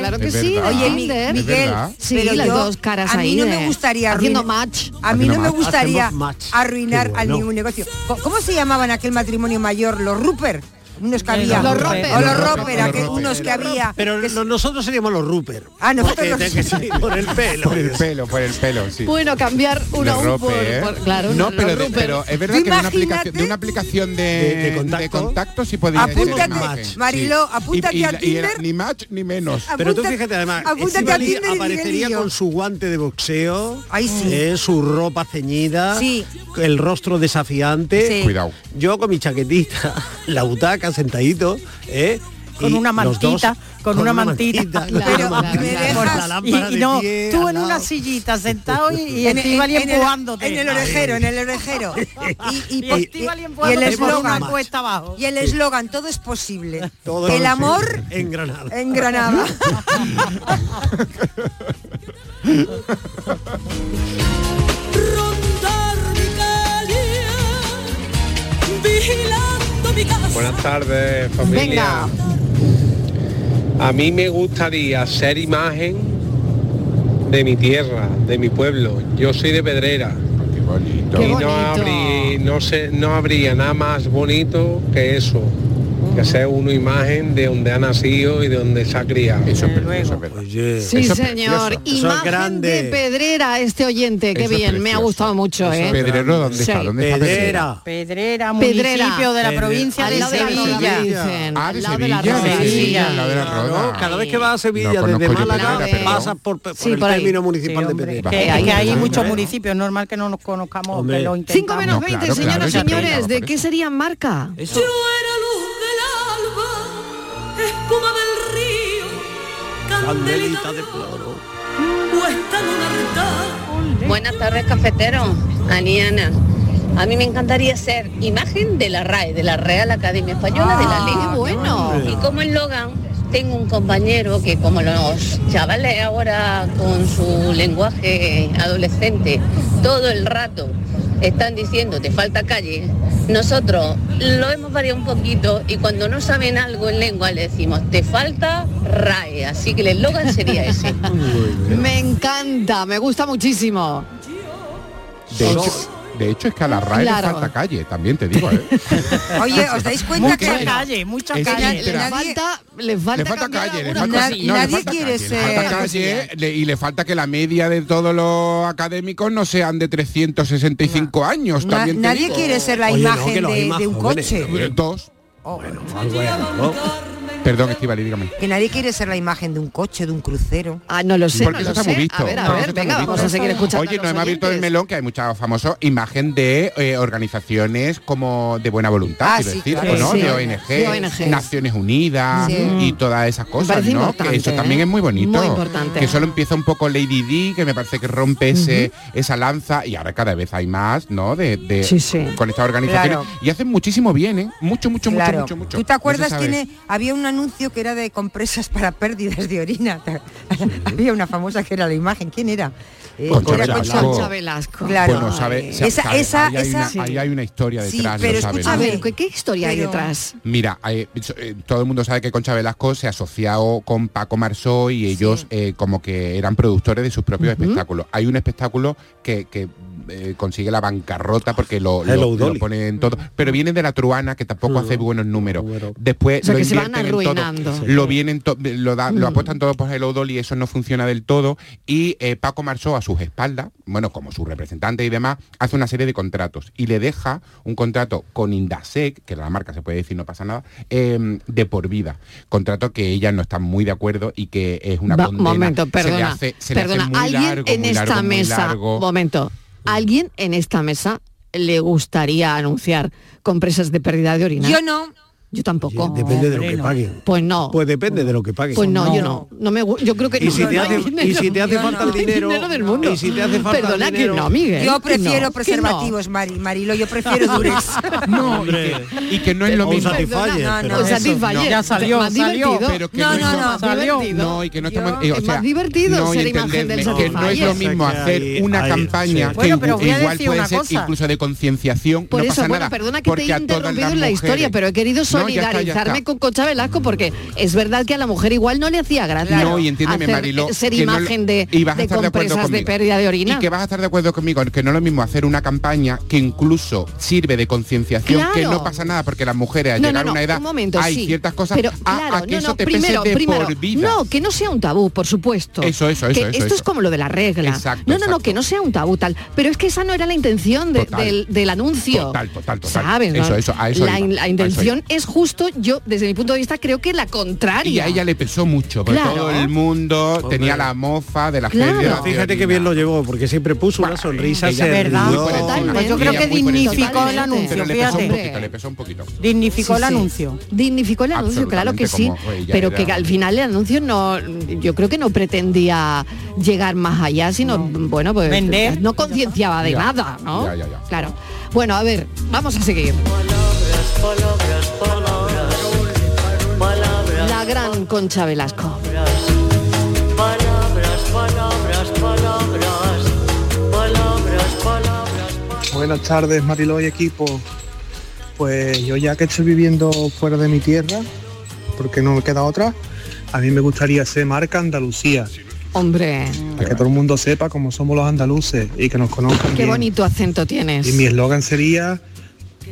claro que Es sí, verdad. de Oye, Mi- Tinder. Miguel, sí, pero las yo- dos caras a mí ahí no de- me gustaría haciendo arruinar- match. A mí no me Haciendo match. gustaría Hacemos match. arruinar Qué al bueno. ningún negocio. Co- ¿Cómo se llamaban aquel matrimonio mayor? Los Ruper. Unos que Los había. Los Roper. O los Los Roper, Roper, aquel- los Roper. unos que había. Pero no- nosotros seríamos los Rupert. Ah, nosotros Porque- los- sí, por el pelo. Por el pelo, por el pelo, sí. Bueno, cambiar uno a Los uno rope, por, ¿eh? por- claro, no, uno- pero, los de- Rupert. pero es verdad Tú que de una imagínate- aplicación de, una aplicación de, De- de contacto. de contacto sí podía Apúntate, ser una imagen, sí. Mariló, Y- apúntate y- a y era Tinder. ni match ni menos. Pero tú fíjate además, Estíbaliz aparecería con su guante de boxeo, eh, su ropa ceñida, Sí. el rostro desafiante. Sí. Cuidado. Yo con mi chaquetita, la butaca, sentadito, eh, Con y una los dos mantita, con, una mantita. con Pero una mantita, me con dejas- la lámpara y, y de no, pie tú al en una lado. sillita sentado y, y En el- Estíbali en el- empujándote. En el orejero, en el orejero. Y, y- Y por- Estíbaliz y- y el empujándote por una eslogan. cuesta abajo. Y el eslogan, todo es posible. Todo el sí, amor en Granada. en Granada. Rondar mi calle, vigilando mi casa. Buenas tardes, familia. Venga. A mí me gustaría ser imagen de mi tierra, de mi pueblo. Yo soy de Pedrera. Qué Y bonito. no, habrí- no, sé, no habría nada más bonito que eso. Mm. Que sea una imagen de donde ha nacido y de donde se ha criado. Eso es precioso, Sí, señor. Imagen de Pedrera, este oyente. Qué Eso es bien, me ha precioso. gustado mucho, Eso ¿eh? es Pedrero, ¿dónde está? Sí. ¿Dónde está Pedrero? Pedrera, Pedrera. municipio de la Pedrera. provincia Al de lado de la Sevilla. Roda, dicen. Al lado de la Roda. de Sevilla, Sí. la de la Claro, Roda. cada vez que vas a Sevilla No desde conozco yo Málaga Pedrera, pero- pasas por, por Sí, el por ahí. término municipal de Pedrera. Que, que hay, Vale. muchos Vale. municipios, es normal que no nos conozcamos, Hombre. que lo Cinco intentamos. menos 20, señoras y señores. ¿De qué sería marca? Yo era luz del alba, espuma del río, candelita de ploro. puesta en un altar. Buenas tardes, cafetero. Aniana. A mí me encantaría ser imagen de la RAE, de la Real Academia Española de la Ley. Ah, qué bueno. Y como eslogan, tengo un compañero que como los chavales ahora con su lenguaje adolescente, todo el rato están diciendo te falta calle, nosotros lo hemos variado un poquito y cuando no saben algo en lengua le decimos te falta RAE, así que el eslogan sería ese. Me encanta, me gusta muchísimo. De hecho, de hecho es que a la RAE Claro. le falta calle, también te digo, ¿eh? Oye, ¿os dais cuenta Mucha que calle, mucha que calle. nadie- Le nadie- falta, le falta, le falta cambiar calle, le alguna falta, cosilla. no, le falta calle, le falta calle, le- y le falta que la media de todos los académicos no sean de 365 años. Na- también te nadie digo. quiere ser la Oye, no, imagen que los de- hay más de un jóvenes, coche. Eh, Dos. Perdón, Estivali, dígame. Que nadie quiere ser la imagen de un coche, de un crucero. Ah, no lo Porque eso está muy visto. No, eso está muy visto. Oye, a no los hemos abierto el oyentes. melón, que hay mucha famosa imagen de eh, organizaciones como de buena voluntad, Ah, quiero sí, decir, claro. ¿no? Sí. de, De ONG, ONG. Naciones Unidas Sí. y todas esas cosas, parece ¿no? importante, Que eso también ¿eh? es muy bonito. Muy importante. Que solo empieza un poco Lady D, que me parece que rompe ese, esa lanza y ahora cada vez hay más, ¿no? De, de- Sí, sí. con estas organizaciones. Claro. Y hacen muchísimo bien, ¿eh? Mucho, mucho, Claro. mucho, mucho, mucho. ¿Tú te acuerdas? que tiene, había un anuncio que era de compresas para pérdidas de orina. había una famosa que era la imagen. ¿Quién era? Eh, Concha era Pues Velasco. Concha Velasco. Claro. Bueno, sabe, sa- esa, sabe, esa, ahí, hay esa- una, ahí hay una historia Sí, detrás. pero lo sabe, A ¿no? ver, ¿qué, qué historia hay Pero- detrás? Mira, eh, so- eh, todo el mundo sabe que Concha Velasco se asoció con Paco Marsó y ellos eh, como que eran productores de sus propios espectáculos. Hay un espectáculo que, que, eh, consigue la bancarrota porque lo, lo, Hello, lo Dolly. ponen todo. Pero viene de la truana que tampoco hace buenos números. Después O sea, lo que se van invierten en arruinando. Mm. todo. Lo vienen to- lo, da- lo apuestan todo por Hello Dolly, eso no funciona del todo. Y eh, Paco Marsó a sus espaldas, bueno, como su representante y demás, hace una serie de contratos y le deja un contrato con Indasec, que la marca se puede decir, no pasa nada, eh, de por vida. Contrato que ella no está muy de acuerdo y que es una Va- condena. momento, Se le perdona. hace- se le hace perdona, muy alguien largo, en muy esta largo, muy mesa, largo. momento, alguien en esta mesa le gustaría anunciar compresas de pérdida de orina. Yo no. Yo tampoco. Depende de lo que paguen. Pues no. Pues depende de lo que paguen. Pues no, yo no. No me gu- yo creo que Y no. si te no hay hace- dinero. y si te hace Yo falta el no. Hay dinero- del mundo. y si te hace falta el Perdona dinero- que no, Yo Miguel. que no, prefiero que preservativos, Mari, Marilo, yo prefiero Durex. No, y que, y que no es lo O mismo. Satisfyer, No, no, pero o eso- Satisfyer. Ya salió, Más salió. divertido. Pero que No, no, es no, lo- no, salió. No, y que no estamos... eh, o es sea, más divertido no, y ser imagen del entenderme, Que no es lo Satisfyer. mismo Pasa que hacer ahí- una ahí, campaña sí. que Bueno, pero os voy a igual decir puede una ser cosa. incluso de concienciación, Por no eso, pasa bueno, nada. perdona que te he porque a todas interrumpido las en la historia, mujeres- pero he querido No, ya está, ya está. solidarizarme con Concha Velasco porque es verdad que a la mujer igual no le hacía gracia No, y entiéndeme, hacer- Mariló, ser que no lo- imagen de, y vas a de estar de acuerdo compresas de, conmigo. pérdida de orina. Y que vas a estar de acuerdo conmigo, que no es lo mismo hacer una campaña que incluso sirve de concienciación, Claro. que no pasa nada, porque las mujeres al No, llegar no, a una no, edad un momento, hay sí. ciertas cosas Pero, a- a, claro, que no, eso no, te primero, pese de primero, por vida. No, que no sea un tabú, por supuesto. Eso, eso, eso, Que eso, Esto eso. es como lo de la regla. Exacto, no, no, no, que no sea un tabú tal. Pero es que esa no era la intención de- Total. del, del anuncio. Total, total, total. ¿Sabes? no? Eso, eso, a eso la, iba, in- la a eso intención es justo, yo desde mi punto de vista creo que la contraria. Y a ella le pesó mucho, porque Claro. todo el mundo tenía la mofa de la Claro. feria. Pero fíjate que bien lo llevó, porque siempre puso una sonrisa. ella se muy rió. por encima. Pues yo Ella creo que muy por encima. dignificó el anuncio, Pero le pesó un fíjate. poquito, le pesó un poquito. Dignificó Sí, el sí. anuncio. Dignificó el anuncio, claro que sí, Absolutamente, como, oye, ya pero era- que al final el anuncio no, yo creo que no pretendía llegar más allá, sino, bueno, pues Vender. no concienciaba de Ya. nada, ¿no? Ya, ya, ya. Claro. Bueno, a ver, vamos a seguir. Palabras, palabras, palabras, La gran Concha Velasco. palabras, palabras, palabras, palabras, palabras. Buenas tardes, Mariló y equipo. Pues yo ya que estoy viviendo fuera de mi tierra, porque no me queda otra, a mí me gustaría ser marca Andalucía, Hombre, para que todo el mundo sepa cómo somos los andaluces y que nos conozcan qué bien. bonito acento tienes. Y mi eslogan sería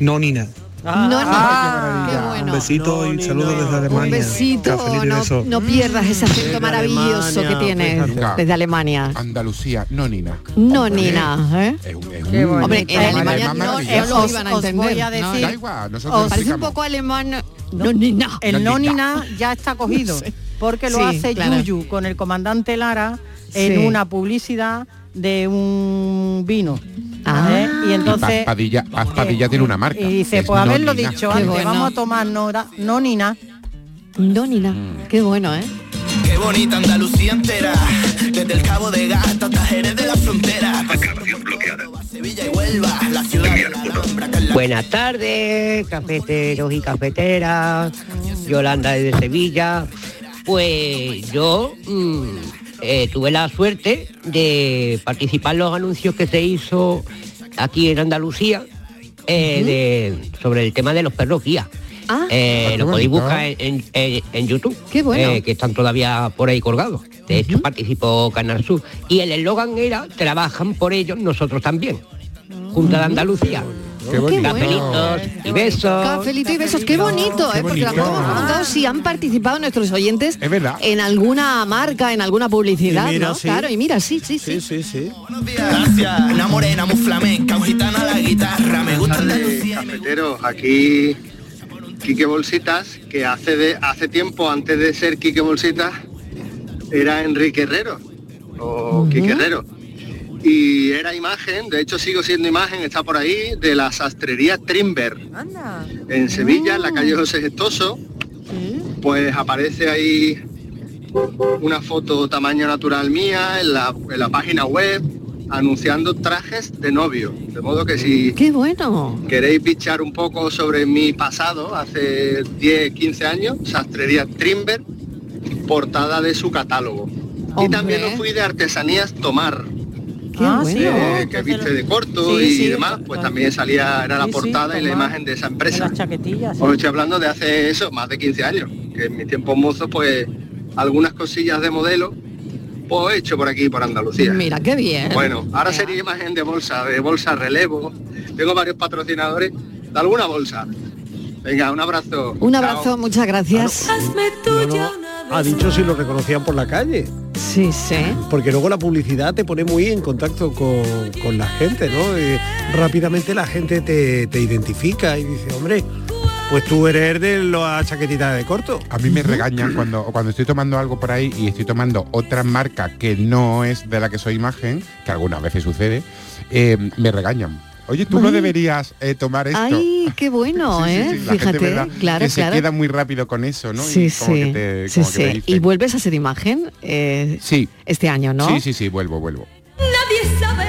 No Nina. No, Ah, no, Un besito y saludos desde Alemania. un besito, Cafelito y no, besos. no pierdas ese acento Desde maravilloso que Alemania, tienes fíjate. desde Alemania. Andalucía, no Nina. No, Nina, ¿eh? Qué bonito. Hombre, en Además, Alemania es no, maravilloso. no lo Os- iban a os entender. voy a Em, ¿no? decir- Da igual, nosotros Parece un explicamos. poco alemán. No, Nina. El no ni na ya está cogido, No sé. porque lo Sí, hace claro. Yuyu con el comandante Lara en Sí. una publicidad de un vino. ¿eh? Ah. Y entonces Paz Padilla, Paz Padilla tiene una marca. y dice, es pues no haberlo Nina. dicho antes, vamos a tomar nora, no ni Mm. na. No, Nina. Qué bueno, ¿eh? Qué bonita Andalucía entera, desde el Cabo de Gata hasta Jerez de la Frontera. Buenas tardes, cafeteros y cafeteras. Yolanda desde Sevilla. Pues yo mm, eh, tuve la suerte de participar en los anuncios que se hizo aquí en Andalucía eh, de- sobre el tema de los perros guía. Ah. Eh, Ah, qué lo podéis bonito. buscar en, en- en- en YouTube, Qué bueno. eh, que están todavía por ahí colgados. De hecho, participó Canal Sur. Y el eslogan era, trabajan por ellos, nosotros también. Junta de Andalucía. Qué bonito. Capelitos y besos. Cafelito y besos, qué bonito, ¿eh? porque lo bonito. hemos preguntado si han participado nuestros oyentes verdad. en alguna marca, en alguna publicidad, Y mira, ¿no? sí. Claro, y mira, sí, sí, sí. Sí, sí. Gracias, una morena muy flamenca, un gitano a la guitarra, me gusta Andalucía. Cafeteros, aquí Quique Bolsitas, que hace de hace tiempo, antes de ser Quique Bolsitas, era Enrique Herrero o Quique Herrero. Y era imagen, de hecho sigo siendo imagen, está por ahí, de la sastrería Trimber. En Sevilla, en la Mm. calle José Gestoso, pues aparece ahí una foto tamaño natural mía en la, en la página web anunciando trajes de novio. De modo que si Qué bueno. queréis pichar un poco sobre mi pasado, hace 10, 15 años, Sastrería Trimber, portada de su catálogo. Y también lo fui de Artesanías Tomar, Ah, eh, sí, oh. que viste de corto Sí, y sí, demás, pues también salía, era la Sí, sí, portada y la Tomar. imagen de esa empresa. chaquetillas. Os estoy hablando de hace eso, más de 15 años, que en mis tiempos mozos, pues algunas cosillas de modelo, pues he hecho por aquí, por Andalucía. Mira, qué bien. Bueno, ahora sería imagen de bolsa, de bolsa relevo. Tengo varios patrocinadores de alguna bolsa. Venga, un abrazo. Un abrazo, muchas gracias. Ha dicho si lo reconocían por la calle. Sí, sí. Porque luego la publicidad te pone muy en contacto con, con la gente, ¿no? Y rápidamente la gente te, te identifica y dice, hombre, pues tú eres de la chaquetita de corto. A mí me regañan cuando, cuando estoy tomando algo por ahí y estoy tomando otra marca que no es de la que soy imagen, que algunas veces sucede, eh, me regañan. Oye, tú no deberías eh, tomar esto. Ay, qué bueno, Sí, ¿eh? sí, la gente, Fíjate, ¿verdad? claro, que claro. se queda muy rápido con eso, ¿no? Sí, Y como que sí. te- sí, como que te sí. dice. Y vuelves a hacer imagen eh, Sí. este año, ¿no? Sí, sí, sí, vuelvo, vuelvo. Nadie sabe,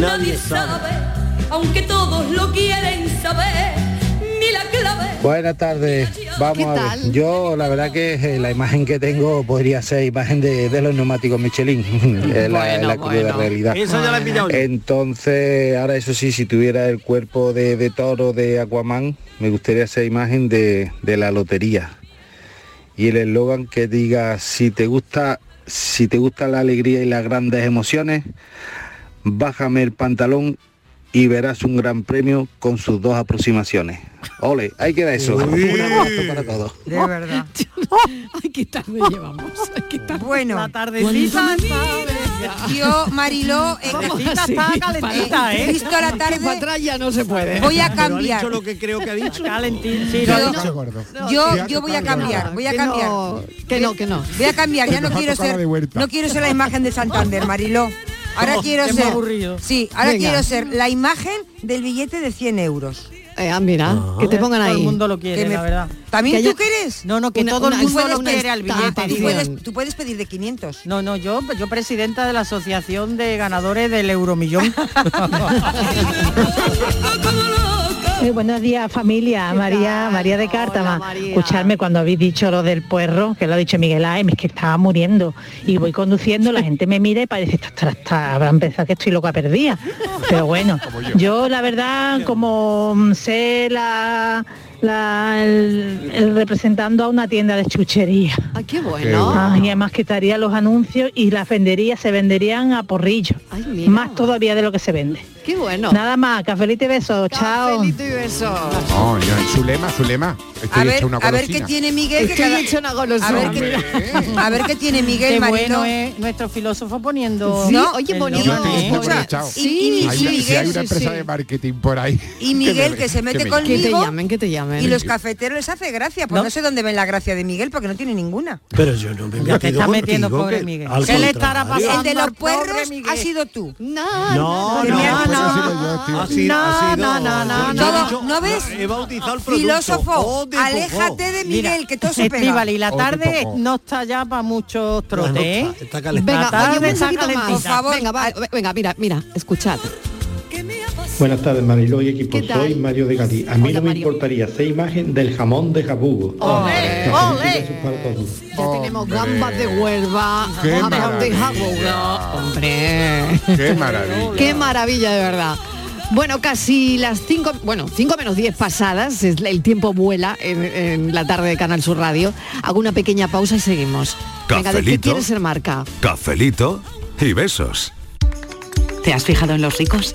nadie sabe, aunque todos lo quieren saber, ni la clave. Buenas tardes, ¿Qué vamos a ver. tal? Yo la verdad que eh, la imagen que tengo podría ser imagen de, de los neumáticos Michelin, es la, es la Bueno, cruda bueno. realidad. Eso ya la he pillado yo. Entonces, ahora eso sí, si tuviera el cuerpo de, de toro de Aquaman, me gustaría esa imagen de, de la lotería. Y el eslogan que diga, si te gusta, si te gusta la alegría y las grandes emociones, bájame el pantalón y verás un gran premio con sus dos aproximaciones. Ole, ahí queda eso. Un abrazo para todos. De verdad. Ay, qué tarde llevamos. Ay, qué tarde. Bueno, la tardecita. Cuando yo, Mariló, eh, Vamos a seguir calentita, ¿eh? Visto la tarde. Para atrás ya no se puede. Voy a Pero ha cambiar. dicho lo que creo que ha dicho. Calentín, sí, Yo- lo ha dicho. Yo, yo voy a cambiar, voy a Que cambiar. no, que no, que no. Voy a cambiar, ya no Nos ha quiero tocado ser de huerta. no quiero ser la imagen de Santander, Mariló. Ahora No, quiero es muy ser aburrido. Sí, ahora Venga. quiero ser la imagen del billete de 100 euros. Eh, ah, mira, que te pongan ahí. Todo el mundo lo quiere, Que me- la verdad. ¿También Que tú haya- quieres? No, no, que Una- todo el una- mundo puedes- lo quiere al tú billete. digo. puedes- Tú puedes pedir de 500. No, no, yo, yo presidenta de la Asociación de Ganadores del Euromillón. Eh, buenos días familia, María, María de Cártama. Escucharme cuando habéis dicho lo del puerro, que lo ha dicho Miguel Ángel, es que estaba muriendo y voy conduciendo, la gente me mira y parece que está, habrá empezado que estoy loca perdida. Pero bueno, yo. la verdad como mm, sé la, la- el- el representando a una tienda de chuchería. Ah, qué bueno. Ah, y además quitaría los anuncios y las venderías se venderían a porrillo. Más todavía de lo que se vende. Qué bueno. Nada más, cafelito y besos. Chao. Cafelito y besos. No, yo, Zulema, Zulema. Estoy A ver, hecha una a ver golosina. ¿Qué tiene Miguel? Estoy hecha una golosina. A ver qué- a ver qué tiene Miguel, Qué Mariló. bueno es nuestro filósofo poniendo... Sí, ¿no? oye, el bonito. logo, Estoy ¿eh? desaprovechado. Sí, Hay y una- si hay Miguel, una sí, empresa sí. de marketing por ahí. Y Miguel que se mete llame. conmigo. Que te llamen, que te llamen. Y los cafeteros les hace gracia, pues no, sé dónde ven la gracia de Miguel porque no tiene ninguna. Pero yo no me he Ya te metido está metiendo, contigo, pobre que- Miguel. al ¿Qué le estará contrario. El de los al pobre puerros ha sido tú. No, No, no, no, Ha sido- ha sido- yo he dicho- ¿No ves? He bautizado el producto. Filósofo, Oh, de aléjate popó. de Miguel, que todo se pega. Estíbal, y la tarde no está ya para muchos trotes, ¿eh? Está Venga, La tarde oye, un está poquito más. calentita. Por favor. Venga, va, venga, mira, mira, escuchad. Buenas tardes, Mariló y equipo. ¿Qué tal? Soy Mario de Cádiz. A mí no me importaría hacer imagen del jamón de jabugo. La gente que se para todo. Eh, Ya tenemos gambas de Huelva, Qué jamón de maravilla. jabugo. Hombre. Qué maravilla. Qué maravilla, de verdad. Bueno, casi las 5, bueno, 5 menos 10 pasadas, es- el tiempo vuela en, en la tarde de Canal Sur Radio. Hago una pequeña pausa y seguimos. Venga, ¿de qué Cafelito. quieres ser marca? Cafelito y besos. ¿Te has fijado en los ricos?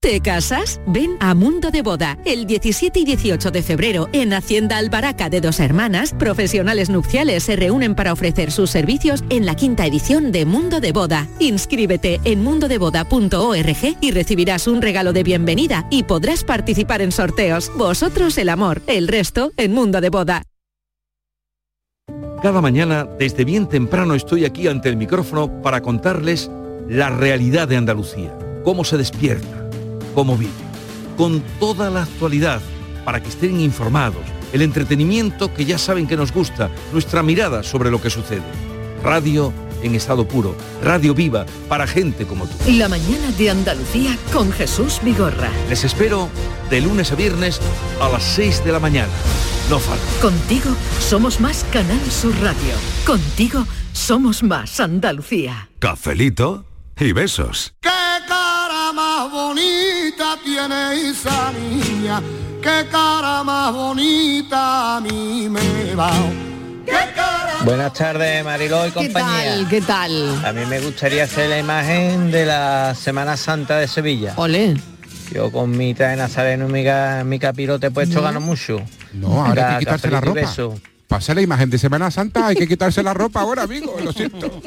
¿Te casas? Ven a Mundo de Boda el 17 y 18 de febrero en Hacienda Albaraca de Dos Hermanas. Profesionales nupciales se reúnen para ofrecer sus servicios en la quinta edición de Mundo de Boda. Inscríbete en mundodeboda.org y recibirás un regalo de bienvenida y podrás participar en sorteos. Vosotros el amor, el resto en Mundo de Boda. Cada mañana, desde bien temprano, estoy aquí ante el micrófono para contarles la realidad de Andalucía, cómo se despierta, cómo vive, con toda la actualidad, para que estén informados, el entretenimiento que ya saben que nos gusta, nuestra mirada sobre lo que sucede. Radio en estado puro, radio viva, para gente como tú. La mañana de Andalucía con Jesús Vigorra. Les espero de lunes a viernes a las 6 de la mañana. No falta. Contigo somos más Canal Sur Radio. Contigo somos más Andalucía. Cafelito y besos. ¡Qué cara más bonita tiene esa niña! ¡Qué cara más bonita a mí me da! ¡Qué cara! Buenas tardes, Mariló y ¿Qué compañía. tal? ¿Qué tal? A mí me gustaría hacer la imagen de la Semana Santa de Sevilla. Ole. Yo con mi traje nazareno y mi, ca- mi capirote puesto No. gano mucho. No, ahora hay Venga, que quitarse la cafelito y ropa. beso. Para hacer la imagen de Semana Santa hay que quitarse la ropa ahora, amigo. Lo siento.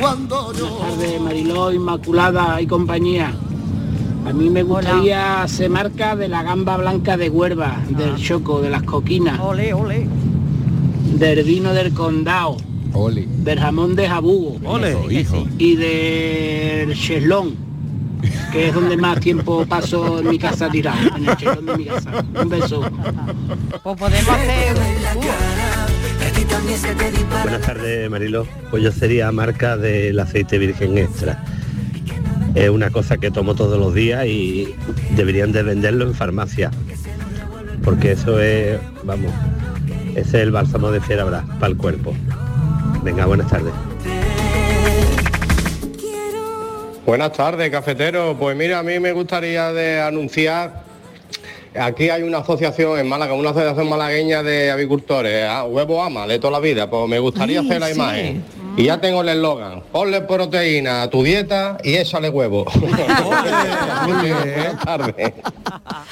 Cuando yo... Buenas tardes, Mariló, Inmaculada y compañía. A mí me gustaría se marca de la gamba blanca de Huerva, del Choco, de las coquinas. Ah. Ole, ole. Del vino del condado. Ole. Del jamón de jabugo. Y del cheslón, que es donde más tiempo paso en mi casa tirado. En el cheslón de mi casa. Un beso. Pues podemos hacer... Buenas tardes, Marilo. Pues yo sería marca del aceite virgen extra. Es una cosa que tomo todos los días y deberían de venderlo en farmacia. Porque eso es, vamos, ese es el bálsamo de Fierabra para el cuerpo. Venga, buenas tardes. Buenas tardes, cafetero. Pues mira, a mí me gustaría de anunciar, aquí hay una asociación en Málaga, una asociación malagueña de avicultores, ah, Huevo Ama, de toda la vida, pues me gustaría Ay, hacer la sí. imagen. Y ya tengo el eslogan, ponle proteína a tu dieta y échale huevo. eh, Buenas tardes.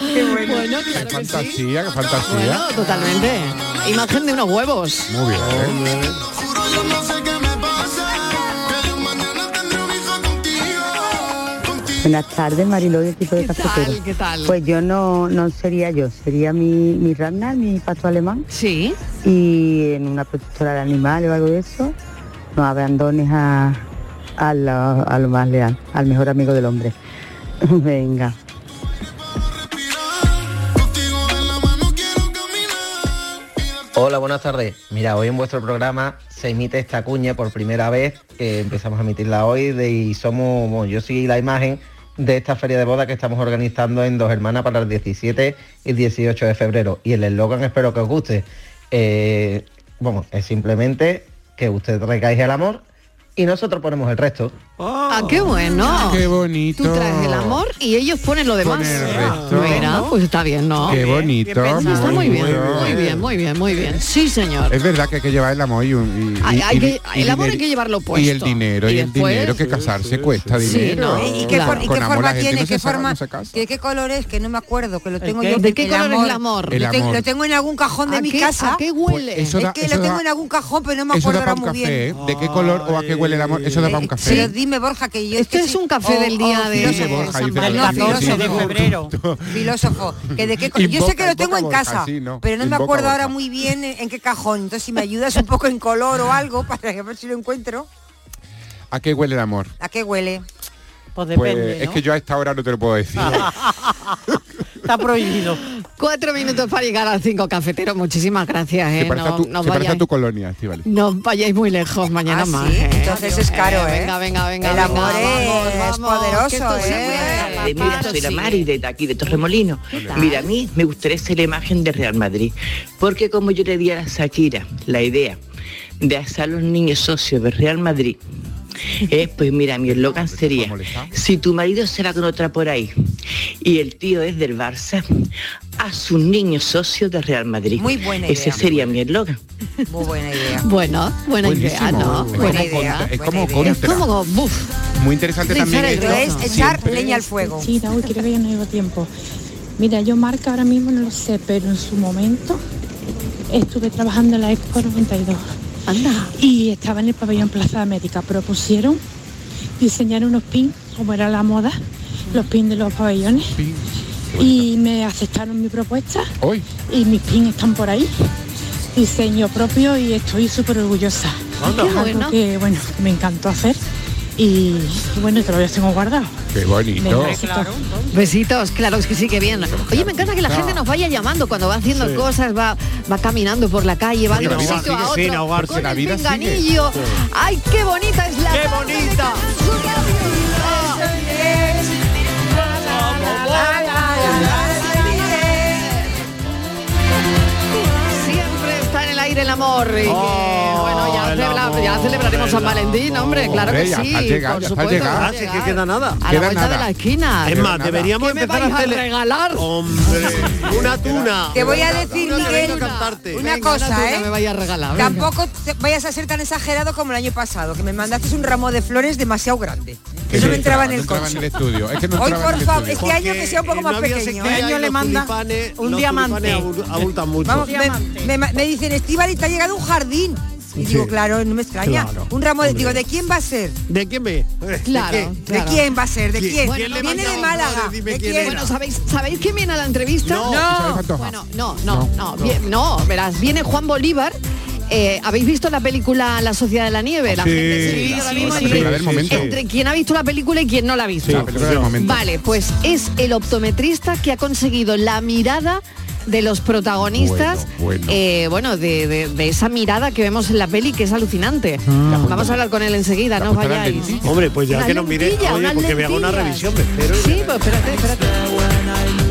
Bueno, Qué fantasía, qué fantasía. Bueno, totalmente. Imagen de unos huevos. Muy bien. Buenas tardes, Mariló y equipo de cafetero. ¿Qué tal? Pues yo no, no sería yo, sería mi, mi Ragnar, mi pato alemán. Sí. Y en una protectora de animales o algo de eso, no abandones a, a, lo, a lo más leal, al mejor amigo del hombre. Venga. Hola, buenas tardes. Mira, hoy en vuestro programa se emite esta cuña por primera vez, que empezamos a emitirla hoy, de, y somos, bueno, yo soy la imagen de esta feria de boda que estamos organizando en Dos Hermanas para el 17 y 18 de febrero. Y el eslogan espero que os guste. Eh, bueno, es simplemente que ustedes recaiga el amor y nosotros ponemos el resto. Oh. Ah, qué bueno. Qué bonito. Tú traes el amor y ellos ponen lo demás. Mira, pues está bien, ¿no? Qué bonito. Sí, está muy bien, muy bien, muy bien, muy bien. Sí, señor. Es verdad que hay que llevar el amor y, un- y- y- Hay- hay que- y el amor hay dinero- que llevarlo puesto. Y el dinero, y, Y el después- dinero que casarse cuesta sí. Sí, dinero. ¿no? ¿Y qué, Claro. for- y Con qué amor forma la gente tiene? no se ¿Qué sabe, forma? no se casa. ¿De qué color es? Que no me acuerdo, que lo tengo qué? yo. ¿De qué color es el amor? Lo, El te- amor. lo tengo en algún cajón de ¿A mi qué- casa. a qué huele? Pues eso da- es que eso lo tengo da- en algún cajón, pero no me Eso acuerdo da para ahora un muy café. ¿eh? bien. ¿De qué color o a qué huele el amor? Eso da para un Pero café. dime, Borja, que yo... Esto es un café o- del día o de filósofo, Dice Borja, San dice Pablo, Borja, filósofo, sí, de sí. febrero. Filósofo, que de qué co- yo sé Invoca, que lo tengo invoca en Borja, casa, sí, ¿no? pero no me Invoca acuerdo ahora Borja. muy bien en, en qué cajón. Entonces, si me ayudas un poco en color o algo, para que ver si lo encuentro, ¿A qué huele el amor? ¿a qué huele? Pues Pues es que yo a esta hora no te lo puedo decir. Está prohibido. Cuatro minutos para llegar al cinco cafeteros. Muchísimas gracias. Se Eh. parece, a, No, tu, no se parece a vayáis, tu colonia, Estivali. no vayáis muy lejos mañana Ah, ¿sí? más. eh. Entonces es caro, ¿eh? Venga, venga, venga. El venga, amor vamos, es Pues vamos, que esto poderoso, se ¿eh? de- mira, soy la Mari de aquí de Torremolino. Mira, a mí me gustaría ser la imagen de Real Madrid, porque como yo le di a Shakira la idea de hacer a los niños socios de Real Madrid, eh, pues mira, mi eslogan sería, si tu marido será con otra por ahí y el tío es del Barça, a sus niños socios de Real Madrid. Muy buena Ese idea, sería mi eslogan. Muy buena idea. Bueno, buena idea, Buenísimo, ¿eh? ¿no? es como buena contra- idea. es como buena idea. contra. Es como, buf, Muy interesante de también echar el esto. resto. Sí. leña al fuego. Sí, no, creo que ya no llevo tiempo. Mira, yo marca ahora mismo no lo sé, pero en su momento estuve trabajando en la Expo 92. Y estaba en el pabellón Plaza América. Propusieron diseñar unos pins, como era la moda, los pins de los pabellones. Y me aceptaron mi propuesta. Hoy. Y mis pins están por ahí. Diseño propio y estoy súper orgullosa. Anda. Es Qué algo bueno. que bueno, que me encantó hacer. Y bueno, todavía los tengo guardados. Qué bonito. Venga, claro. Besitos, pues claro que sí, que bien. Oye, me encanta que la gente nos vaya llamando cuando va haciendo Sí. cosas, va, va caminando por la calle, va de Porque un la vida sitio a sigue otro. sin ahogarse. con La el vida sigue. pinganillo. Sí. ¡Ay, qué bonita es la ¡Qué tarde de bonita! Canal Sur Radio! Siempre está en el aire el amor. y que, bueno, Oh, ya, celebra- ya celebraremos San Valentín, hombre, claro que Hombre, sí. ya está llegando, por ya está supuesto, llegando. va a Ah, sí, que llegar. queda nada. A la Queda vuelta nada. de la esquina. Es más, deberíamos ¿Qué empezar me vais a a tele- regalar. Hombre, una tuna. Te voy a decir, Miguel, una Venga, cosa, una tuna ¿eh? me vaya a regalar, venga. Tampoco te vayas a ser tan exagerado como el año pasado, que me mandaste un ramo de flores demasiado grande. Que Eso no no entraba en entraba, el no entraba coche. en el estudio, es que no Hoy, entraba en por el favor, estudio. este año que sea un poco Porque más en la pequeño. biosecreta hay los tulipanes- los tulipanes abu- abultan mucho. Vamos, me, me, me dicen, Estivali, te ha llegado un jardín. Y Sí. digo, claro, no me extraña. Claro, un ramo de... hombre. Digo, ¿de quién va a ser? ¿De quién me? Claro, ¿De, qué? claro. ¿De quién va a ser? ¿De ¿Quién- quién? quién le Viene de mandaba Málaga. flores? Dime ¿De quién quién? era. Bueno, ¿sabéis, ¿sabéis quién viene a la entrevista? No, Isabel Pantoja. Bueno, no, no, No, no. no. Bien, No, verás, viene Juan Bolívar. Eh, ¿Habéis visto la película La Sociedad de la Nieve? La Sí, gente sí, ahora sí, mismo sí, entre- película del momento. Entre quien ha visto la película y quien no la ha visto. Sí, la película del momento. Vale, pues es el optometrista que ha conseguido la mirada de los protagonistas, Bueno, bueno. eh, bueno, de, de- de esa mirada que vemos en la peli que es alucinante. Ah. Vamos a hablar con él enseguida, no os vayáis. Hombre, pues ya Una que nos mire, lentilla, oye, unas porque me haga una lentillas. revisión, me espero. Sí, pues espérate, espérate.